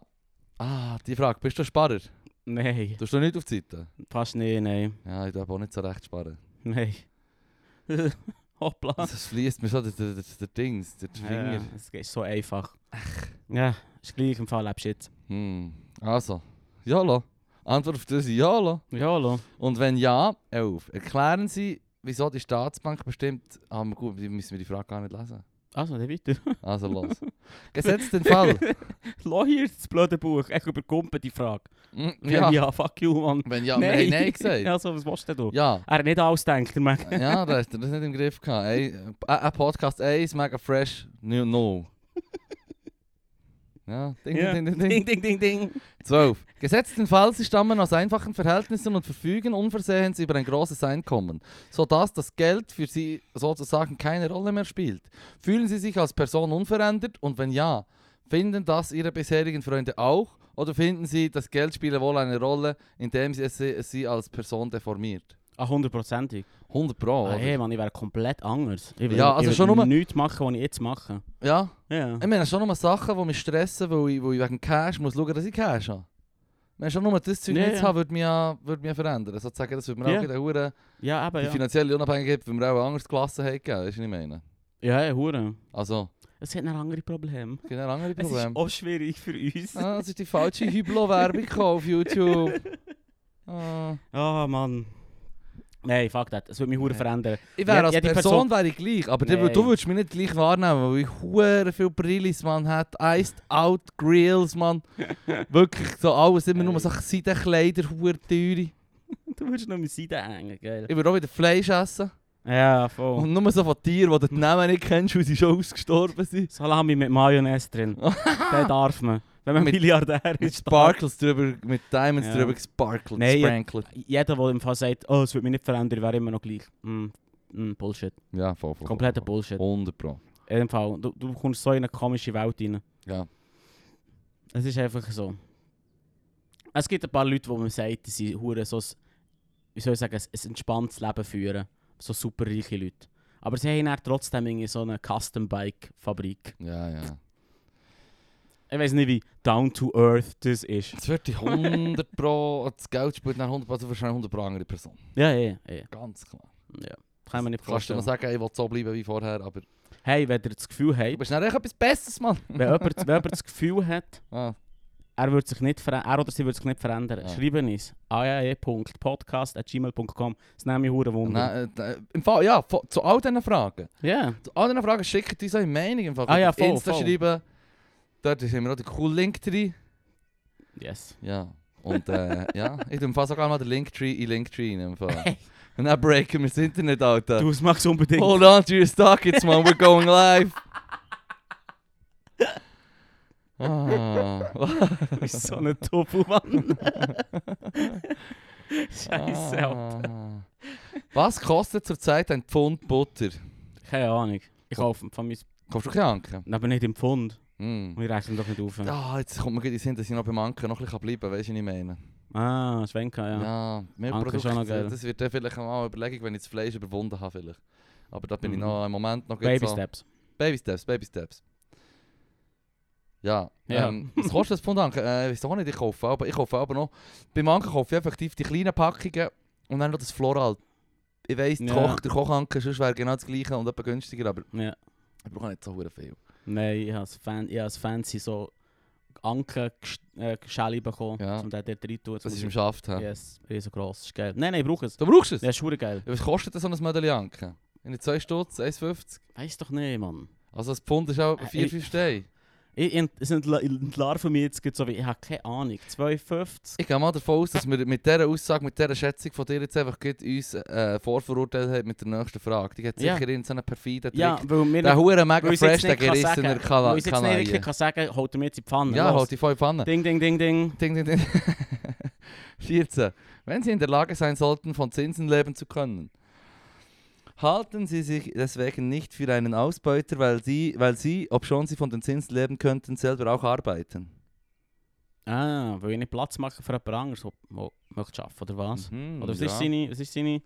S2: Ah, die Frage. Bist du ein Sparer?
S1: Nein,
S2: Tust du nicht auf die Seite?
S1: fast nie, nein.
S2: Ja, ich darf auch nicht so recht sparen.
S1: Nein. Hoppla.
S2: Das fließt mir so der, der, der, der Dings, der Finger.
S1: Ja, es ist so einfach. Ja, ist gleich im Fall, lebst jetzt.
S2: Hm. Also, YOLO. Antwort auf das ist YOLO.
S1: Ja, hallo.
S2: Und wenn ja, 11. Erklären Sie, wieso die Staatsbank bestimmt. Ah, gut, wir müssen wir die Frage gar nicht lesen.
S1: Also, dann weiter.
S2: Also los. Gesetzt den Fall.
S1: Lass hier das blöde Buch. Ich überkumpe die Frage.
S2: Hm,
S1: Ja.
S2: ja.
S1: ja, fuck you, Mann.
S2: Wenn ja, wir haben Nein gesagt.
S1: Also, was willst denn du?
S2: Ja.
S1: Er hat nicht alles gedacht, der Mann.
S2: Ja, da hast du das nicht im Griff gehabt. Ein, ein- ein Podcast 1, mega fresh, new, no. Ja, ding,
S1: Ja.
S2: ding, ding, ding, ding.
S1: Ding, ding, ding, ding.
S2: 12. Gesetzt den Fall, sie stammen aus einfachen Verhältnissen und verfügen unversehens über ein großes Einkommen, sodass das Geld für sie sozusagen keine Rolle mehr spielt. Fühlen sie sich als Person unverändert und wenn ja, finden das ihre bisherigen Freunde auch oder finden sie, das Geld spiele wohl eine Rolle, indem sie es es sie als Person deformiert?
S1: Ah, hundertprozentig.
S2: 100 Pro,
S1: Ah,
S2: oder?
S1: hey, Mann, ich wäre komplett anders. Ich
S2: Oh, Ja, also
S1: ich
S2: schon nur-
S1: nichts machen, was ich jetzt mache.
S2: Ja,
S1: Ja.
S2: ich meine, schon nochmal Sachen, die mich stressen, weil ich, weil ich wegen Cash muss schauen, dass ich Cash habe. Wenn schon nur das Zeug
S1: Ja,
S2: nicht
S1: ja.
S2: zu haben, würde mich, ja- würde mich ja verändern. Sozusagen, das würde mir
S1: Ja.
S2: auch wieder hure
S1: Ja, eben,
S2: die
S1: ja.
S2: finanzielle Unabhängigkeit, weil wir auch anders Klassen haben, gegeben, weisst du, was ich meine?
S1: Ja, ja, hure.
S2: Also,
S1: Es hat noch andere Probleme.
S2: es gibt ein anderes
S1: Es ist
S2: Problem.
S1: auch schwierig für uns.
S2: Ah, das ist die falsche Hyblo-Werbung gekommen auf YouTube. Ah.
S1: Ah, Mann. Nein, fuck that. Es würde mich hure verändern.
S2: Ich wäre
S1: Ja,
S2: als
S1: ja, die
S2: Person,
S1: Person-
S2: wäre ich gleich, aber du-
S1: Nein.
S2: du würdest mich nicht gleich wahrnehmen, weil ich hure viel Brillis, man hat Iced Out Grills, man. Wirklich so alles, immer nur
S1: Nein.
S2: so Seidenkleider, hure teure.
S1: Du würdest noch mit Seiden hängen, geil.
S2: Ich würde auch wieder Fleisch essen
S1: Ja, voll.
S2: und nur so von Tieren, die du den Namen nicht kennst, weil sie schon ausgestorben sind.
S1: Salami mit Mayonnaise drin. Den darf man. Wenn man
S2: Mit-
S1: Milliardär
S2: Mit
S1: ist.
S2: Sparkles drüber, mit Diamonds
S1: Ja.
S2: drüber gesparkelt,
S1: Nein, ja.
S2: gesprankelt.
S1: Jeder, der im Fall sagt, oh, es würde mich nicht verändern, wäre immer noch gleich. Mm, mm, Bullshit.
S2: Ja, voll, voll.
S1: Kompletter Bullshit.
S2: 100 Pro.
S1: In dem Fall, du, du kommst so in eine komische Welt rein.
S2: Ja.
S1: Es ist einfach so. Es gibt ein paar Leute, wo man sagt, dass sie hure so ein, wie soll ich sagen, ein, ein entspanntes Leben führen. So super reiche Leute. Aber sie haben dann trotzdem irgendwie so eine Custom-Bike-Fabrik.
S2: Ja, ja.
S1: Ich weiß nicht, wie down to earth das ist.
S2: Es wird die 100 Pro, das Geld spielt nach 100 Pro, also wahrscheinlich 100 Pro andere Person.
S1: Ja, ja, ja.
S2: Ganz klar.
S1: ja. Kann man nicht
S2: Kannst du
S1: vorstellen.
S2: noch sagen, ich will so bleiben wie vorher, aber du
S1: Hey, wenn ihr das Gefühl habt,
S2: bist dann echt etwas Besseres, Mann.
S1: wenn jemand, wenn jemand das Gefühl hat,
S2: Ah,
S1: er, wird sich nicht verändern, er oder sie würde sich nicht verändern,
S2: Ja.
S1: schreiben uns E aae.podcast.gmail.com. Das nehme ich hure Wunder.
S2: nein, äh, Im Fall, ja, vo- zu all diesen Fragen.
S1: Ja.
S2: Zu all diesen Fragen schickt uns eure Meinung. Im Fall.
S1: Ah ja,
S2: Auf
S1: voll,
S2: Insta
S1: voll.
S2: schreiben. Dort haben wir auch den coolen Link drin.
S1: Yes.
S2: Ja. Und äh, ja, ich tue im Fall sogar mal den Linktree in Linktree in dem Fall.
S1: Hey.
S2: Und dann breaken wir das Internet, Alter.
S1: Du, es machst unbedingt.
S2: Hold on to your stockings, man. We're going live. Ah,
S1: Du bist so ein Tofu-Mann. Scheiße. Alter.
S2: ah. Was kostet zurzeit ein Pfund Butter?
S1: Keine Ahnung. Ich kaufe von mir,
S2: Kommst du keinen Anken?
S1: aber nicht im Pfund.
S2: Mm.
S1: Wir rechnen doch nicht auf.
S2: Ah, jetzt kommt mir gerade in den Sinn, dass ich noch beim Anken noch ein bisschen bleiben kann, weißt du, was ich meine?
S1: Ah, Schwenker, ja.
S2: Ja, mehr
S1: Anken ist auch noch
S2: Produkte,
S1: geil.
S2: das wird dann vielleicht mal eine Überlegung, wenn ich das Fleisch überwunden habe vielleicht. Aber da bin ich
S1: Mhm.
S2: noch im Moment noch gerade
S1: Baby
S2: so...
S1: Steps.
S2: Baby Steps, Baby Steps. Ja,
S1: Ja.
S2: Ähm, was kostet das Pfund Anke? Äh, ich weiß auch nicht, ich kaufe aber ich kaufe aber noch. Beim Anke kaufe ich effektiv die kleinen Packungen und dann noch das Floral. Ich weiss, die
S1: Ja.
S2: Koch, der Kochanke sonst wäre genau das gleiche und etwas günstiger, aber
S1: Ja.
S2: ich brauche nicht so hure viel.
S1: Nein, ich habe fan, ich has fancy so Anker-Schelle bekommen,
S2: Ja.
S1: um den dort rein zu tun.
S2: Das ist im Schaft. hä?
S1: Yes, riesengroß. Ist geil. Nein, nein, ich brauche es.
S2: Du brauchst es?
S1: Ja, ist verdammt geil.
S2: Ja, Was kostet denn so ein Mödeli Anke? In 2 Stutz, 1,50?
S1: Weiß doch nicht, Mann.
S2: Also das Pfund ist auch
S1: Äh,
S2: 4,
S1: ich-
S2: 5 Steine.
S1: Ich, ich, es sind Lar von mir jetzt gerade so wie, ich habe keine Ahnung. 2,50?
S2: Ich gehe mal davon aus, dass wir mit dieser Aussage, mit dieser Schätzung von dir jetzt einfach gerade uns äh, vorverurteilt haben mit der nächsten Frage. Die hat
S1: Ja.
S2: sicher in so einen perfiden Trick.
S1: Ja, weil wir
S2: der hure
S1: weil
S2: mega
S1: ich es jetzt
S2: fresh, der
S1: nicht kann sagen-
S2: gerissener
S1: Weil ich es jetzt nicht
S2: Kanal.
S1: wirklich kann sagen, holt er mir jetzt in die Pfanne.
S2: Ja,
S1: Los.
S2: halt die volle Pfanne.
S1: Ding, ding, ding, ding.
S2: Ding, ding, ding. 14. Wenn Sie in der Lage sein sollten, von Zinsen leben zu können, Halten Sie sich deswegen nicht für einen Ausbeuter, weil Sie, weil Sie, obschon Sie von den Zinsen leben könnten, selber auch arbeiten.
S1: Ah, weil ich nicht Platz machen für jemand anderes, der mo- möchte arbeiten oder was?
S2: Mhm,
S1: Oder was
S2: ja.
S1: ist seine... Was ist seine äh,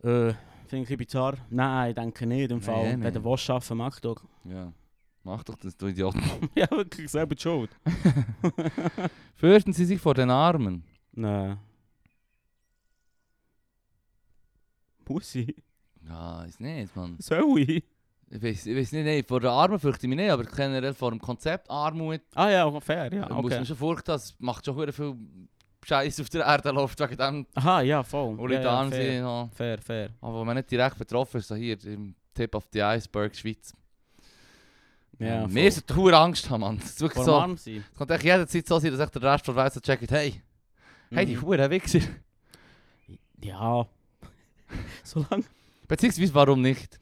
S1: finde ich ein bisschen bizarr. Nein, ich denke nicht im Fall.
S2: Nee, nee.
S1: Wenn du willst arbeiten, mach doch.
S2: Ja. Mach doch das, du Idiot.
S1: ja, wirklich, selber die schuld.
S2: Fürchten Sie sich vor den Armen.
S1: Nein. Muss ich?
S2: Ja, ist nicht, Mann.
S1: Soll ich?
S2: Ich weiß, ich weiß nicht, nein, vor den Armen fürchte ich mich nicht, aber generell vor dem Konzept Armut
S1: Ah ja, fair, ja.
S2: äh, muss
S1: Okay.
S2: man schon Furcht haben. Es macht schon verdammt viel Scheiß auf der Erde, läuft wegen dem,
S1: Aha, ja, voll.
S2: wo
S1: ja,
S2: Leute
S1: ja,
S2: arm
S1: fair.
S2: sind. Ja.
S1: Fair, fair.
S2: Aber wenn man nicht direkt betroffen ist, so hier im Tip of the Iceberg, Schweiz.
S1: Ja,
S2: Ähm, wir
S1: voll.
S2: sollten hohe Angst haben, Mann. Das ist wirklich
S1: Vor
S2: so.
S1: arm sein.
S2: Es kann echt jederzeit so sein, dass echt der Rest der Welt so checkt, hey, hey, die
S1: Mhm.
S2: Hure Wichser.
S1: Ja. Solange.
S2: Beziehungsweise, warum nicht?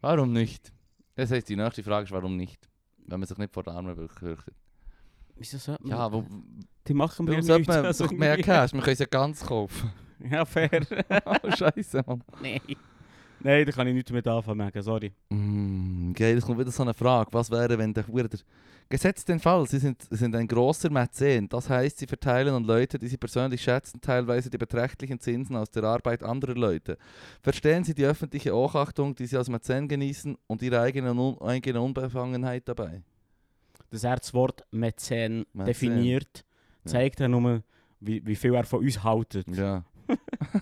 S2: Warum nicht? Das heißt, die nächste Frage ist, warum nicht? Wenn man sich nicht vor den Armen fürchtet.
S1: Wieso sollte man.
S2: Ja, wo,
S1: die machen mir
S2: warum
S1: nichts.
S2: sollte man
S1: also
S2: sich mehr
S1: mir-
S2: Cash? Man kann es ja ganz kaufen.
S1: Ja, fair.
S2: oh, Scheiße, Mann.
S1: Nein. Nein, da kann ich nichts mehr anfangen, Megan, sorry.
S2: Mm, geil, jetzt kommt wieder so eine Frage. Was wäre, wenn der Hure... der- Gesetzt den Fall, Sie sind, sind ein großer Mäzen. Das heißt, Sie verteilen an Leute, die Sie persönlich schätzen, teilweise die beträchtlichen Zinsen aus der Arbeit anderer Leute. Verstehen Sie die öffentliche Hochachtung, die Sie als Mäzen genießen und Ihre eigene, Un eigene Unbefangenheit dabei?
S1: Dass er das Wort Mäzen,
S2: Mäzen.
S1: definiert,
S2: Ja.
S1: zeigt er nur, wie, wie viel er von uns haltet.
S2: Ja.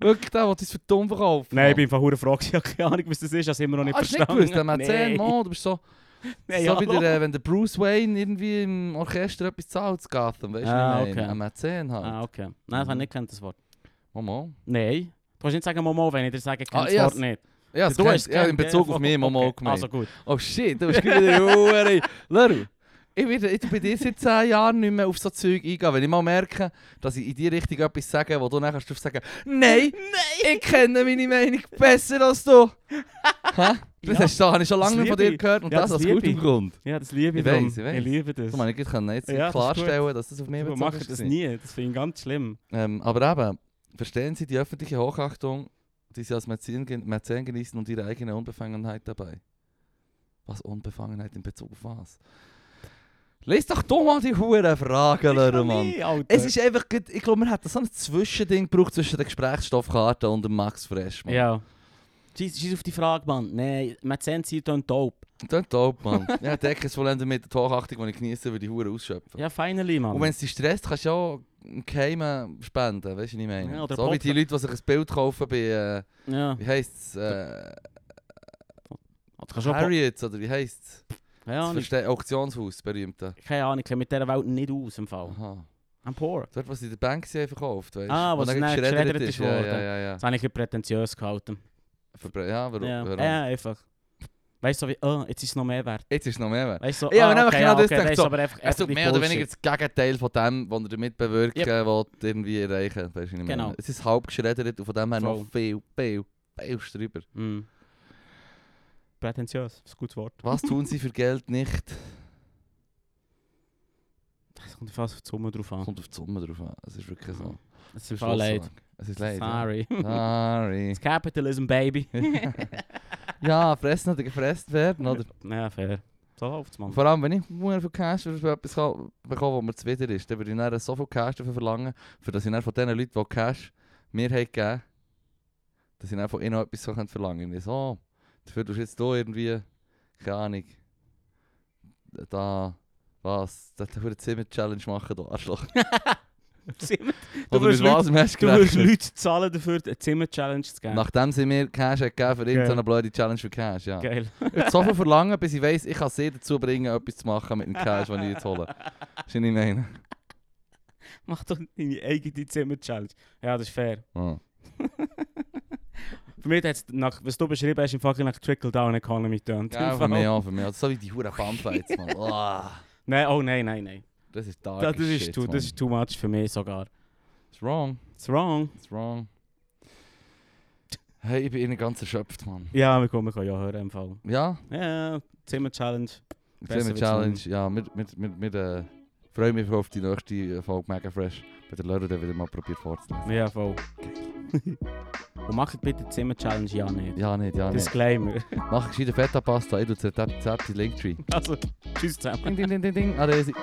S2: Wirklich, der will uns für dumm verkaufen.
S1: Nein, ich bin von Huren froh, gewesen. ich habe keine Ahnung, was das ist, das immer noch nicht
S2: Hast du nicht
S1: verstanden.
S2: gewusst, der Mäzen,
S1: Nein.
S2: Mann, du bist so...
S1: Nein,
S2: so wie
S1: hallo.
S2: der, äh, wenn der Bruce Wayne irgendwie im Orchester etwas zahlt, zu Gotham, weißt du,
S1: Ah,
S2: wie ich meine?
S1: okay.
S2: Ein Mäzen halt.
S1: Ah, okay. Nein,
S2: Mhm.
S1: das habe ich nicht gekannt, das Wort.
S2: Momo.
S1: Nein. Du kannst nicht sagen Momo, wenn ich dir sage, ich kenne
S2: Ah,
S1: das
S2: yes.
S1: Wort nicht.
S2: Ja,
S1: du
S2: du hast ja,
S1: kennt,
S2: in Bezug
S1: ja,
S2: auf mich
S1: voll.
S2: Momo
S1: Okay,
S2: gemeint.
S1: Also gut.
S2: Oh shit, du bist wieder Hure. Leru, ich werde ich bin dir seit 10 Jahren nicht mehr auf so Zeug eingehen, wenn ich mal merke, dass ich in die Richtung etwas sage, wo du nachher drauf sagen «Nein, ich kenne meine Meinung besser als du!» Hä? Das
S1: Ja.
S2: hast du, habe ich schon
S1: Das
S2: lange nicht von
S1: liebe
S2: dir
S1: ich.
S2: gehört und
S1: Ja,
S2: das,
S1: das
S2: aus
S1: liebe
S2: gutem
S1: ich.
S2: Grund.
S1: Ja, das liebe
S2: Ich
S1: ich. darum.
S2: weiss, ich weiss.
S1: ich liebe das.
S2: Das kann ich jetzt jetzt
S1: Ja, das ist gut.
S2: klarstellen, dass das auf mich
S1: Wir
S2: bezogen
S1: machen
S2: ist.
S1: das nie. Das finde ich ganz schlimm.
S2: Ähm, aber eben, verstehen Sie die öffentliche Hochachtung, die Sie als Mäzen, gen- Mäzen genießen und Ihre eigene Unbefangenheit dabei? Was Unbefangenheit in Bezug auf was? Lies doch doch mal die hure Fragen, Leute, Mann. Es ist einfach, gut- ich glaube, man hat so ein Zwischending gebraucht zwischen der Gesprächsstoffkarte und dem Max Fresh, Mann.
S1: Ja. Scheiß scheiß auf die Frage, Mann. Nein, man sieht sie dann taub.
S2: Das dope, Mann. ja, ich denke, es vollende mit der Hochachtung, die ich genieße, über die Hure ausschöpfen.
S1: Ja, finally, Mann.
S2: Und wenn es dich stresst, kannst du ja auch im Geheimen spenden, weißt du, was ich meine?
S1: Ja, oder
S2: so wie die
S1: Podcast-
S2: Leute, die sich ein Bild kaufen bei... Äh,
S1: ja.
S2: Wie heisst's? Äh,
S1: Oder kannst du auch-
S2: Harriet's oder wie heisst's?
S1: Keine
S2: Das
S1: Ahnung.
S2: Verste Auktionshaus, das berühmte.
S1: Keine Ahnung, ich kenne mit dieser Welt nicht aus im Fall.
S2: Aha.
S1: I'm poor.
S2: Dort, was in der Bank sie verkauft, weißt
S1: Ah, was
S2: dann
S1: dann geschreddert ist
S2: Ja, ja,
S1: worden.
S2: ja. ja.
S1: Das habe ich ein bisschen prätentiös gehalten.
S2: Verbra ja, warum?
S1: Ja, Äh,
S2: warum?
S1: ja einfach. Weißt du, so wie, oh, jetzt ist es noch mehr wert.
S2: Jetzt ist es noch mehr wert.
S1: Weißt du, so,
S2: Ja, aber
S1: ah,
S2: dann
S1: okay,
S2: habe ich
S1: ja, okay,
S2: genau das gedacht,
S1: weißt du,
S2: so,
S1: aber einfach,
S2: Es
S1: einfach
S2: tut
S1: wie
S2: mehr oder weniger
S1: Bullshit.
S2: das Gegenteil von dem, was ihr damit bewirken
S1: Yep.
S2: wollt, irgendwie erreichen. Weißt du, was ich
S1: Genau.
S2: meine? Es ist halb geschreddert und von dem her noch
S1: Voll.
S2: viel, viel, viel drüber.
S1: Mm. Prätentiös, ist ein gutes Wort.
S2: Was tun sie für Geld nicht?
S1: Es kommt fast auf die Summe drauf an.
S2: Kommt auf die Summe drauf an. Es ist wirklich so.
S1: Es
S2: Es
S1: ist
S2: ist
S1: voll leid.
S2: Schlussfolgerung. Es ist leid. ja.
S1: Sorry.
S2: Sorry.
S1: It's capitalism, baby.
S2: ja, fressen oder gefressen werden, oder?
S1: Ja, fair. So läuft's, Mann.
S2: Vor allem, wenn ich sehr viel Cash für etwas ka- bekomme, was mir zuwider ist, dann würde ich dann so viel Cash dafür verlangen, für dass ich dann von den Leuten, die Cash mir haben gegeben haben, dass ich dann von ihnen auch etwas so könnte verlangen könnte. So, oh, dafür tust du jetzt hier irgendwie, keine Ahnung, da, ah, was, da würde ich eine Challenge machen, du Arschloch.
S1: Zimmer- Du
S2: Oder mit
S1: würdest
S2: was, hast
S1: Du würdest
S2: gerechnet?
S1: Leute zahlen dafür, eine Zimmer-Challenge zu geben.
S2: Nachdem sie mir Cash haben gegeben für irgendeine
S1: Geil.
S2: blöde Challenge für Cash, ja.
S1: Geil.
S2: Ich so viel verlangen, bis ich weiss, ich kann sie dazu bringen, etwas zu machen mit dem Cash, den ich jetzt hole. Ist nicht meine.
S1: Mach doch deine eigene Zimmer-Challenge. Ja, das ist fair.
S2: Oh.
S1: Für mich hat's nach, was du beschrieben hast, im fucking nach Trickle-Down-Economy tönt.
S2: Ja, für mich auch, für mich auch. So wie die Huren Fanfights, Mann. Ah,
S1: Nein, oh nein, nein, nein.
S2: das ist dark.
S1: Das, das,
S2: as
S1: ist
S2: shit,
S1: too,
S2: Mann.
S1: das ist too much für mich sogar.
S2: It's wrong,
S1: It's wrong.
S2: it's wrong. Hey, ich bin ihnen ganz erschöpft, Mann.
S1: Ja, wir können, wir können ja hören im Fall.
S2: Ja,
S1: Ja, Zimmer-Challenge. Besser
S2: Film
S1: wird's
S2: Challenge,
S1: nicht.
S2: ja, mit, mit, mit, mit, äh, freue mich auf die nächste Folge Mega Fresh. Bei der Leute, der wieder mal probiert vorzulesen.
S1: Ja, voll. Und macht bitte die Zimmer-Challenge ja nicht.
S2: Ja, nicht, ja, nicht.
S1: Disclaimer.
S2: Mach gescheiter Feta-Pasta, ich tu das Rezept in Linktree.
S1: Also, tschüss zusammen.
S2: Ding, Ah, ding, ding, ding, ding. Adesi.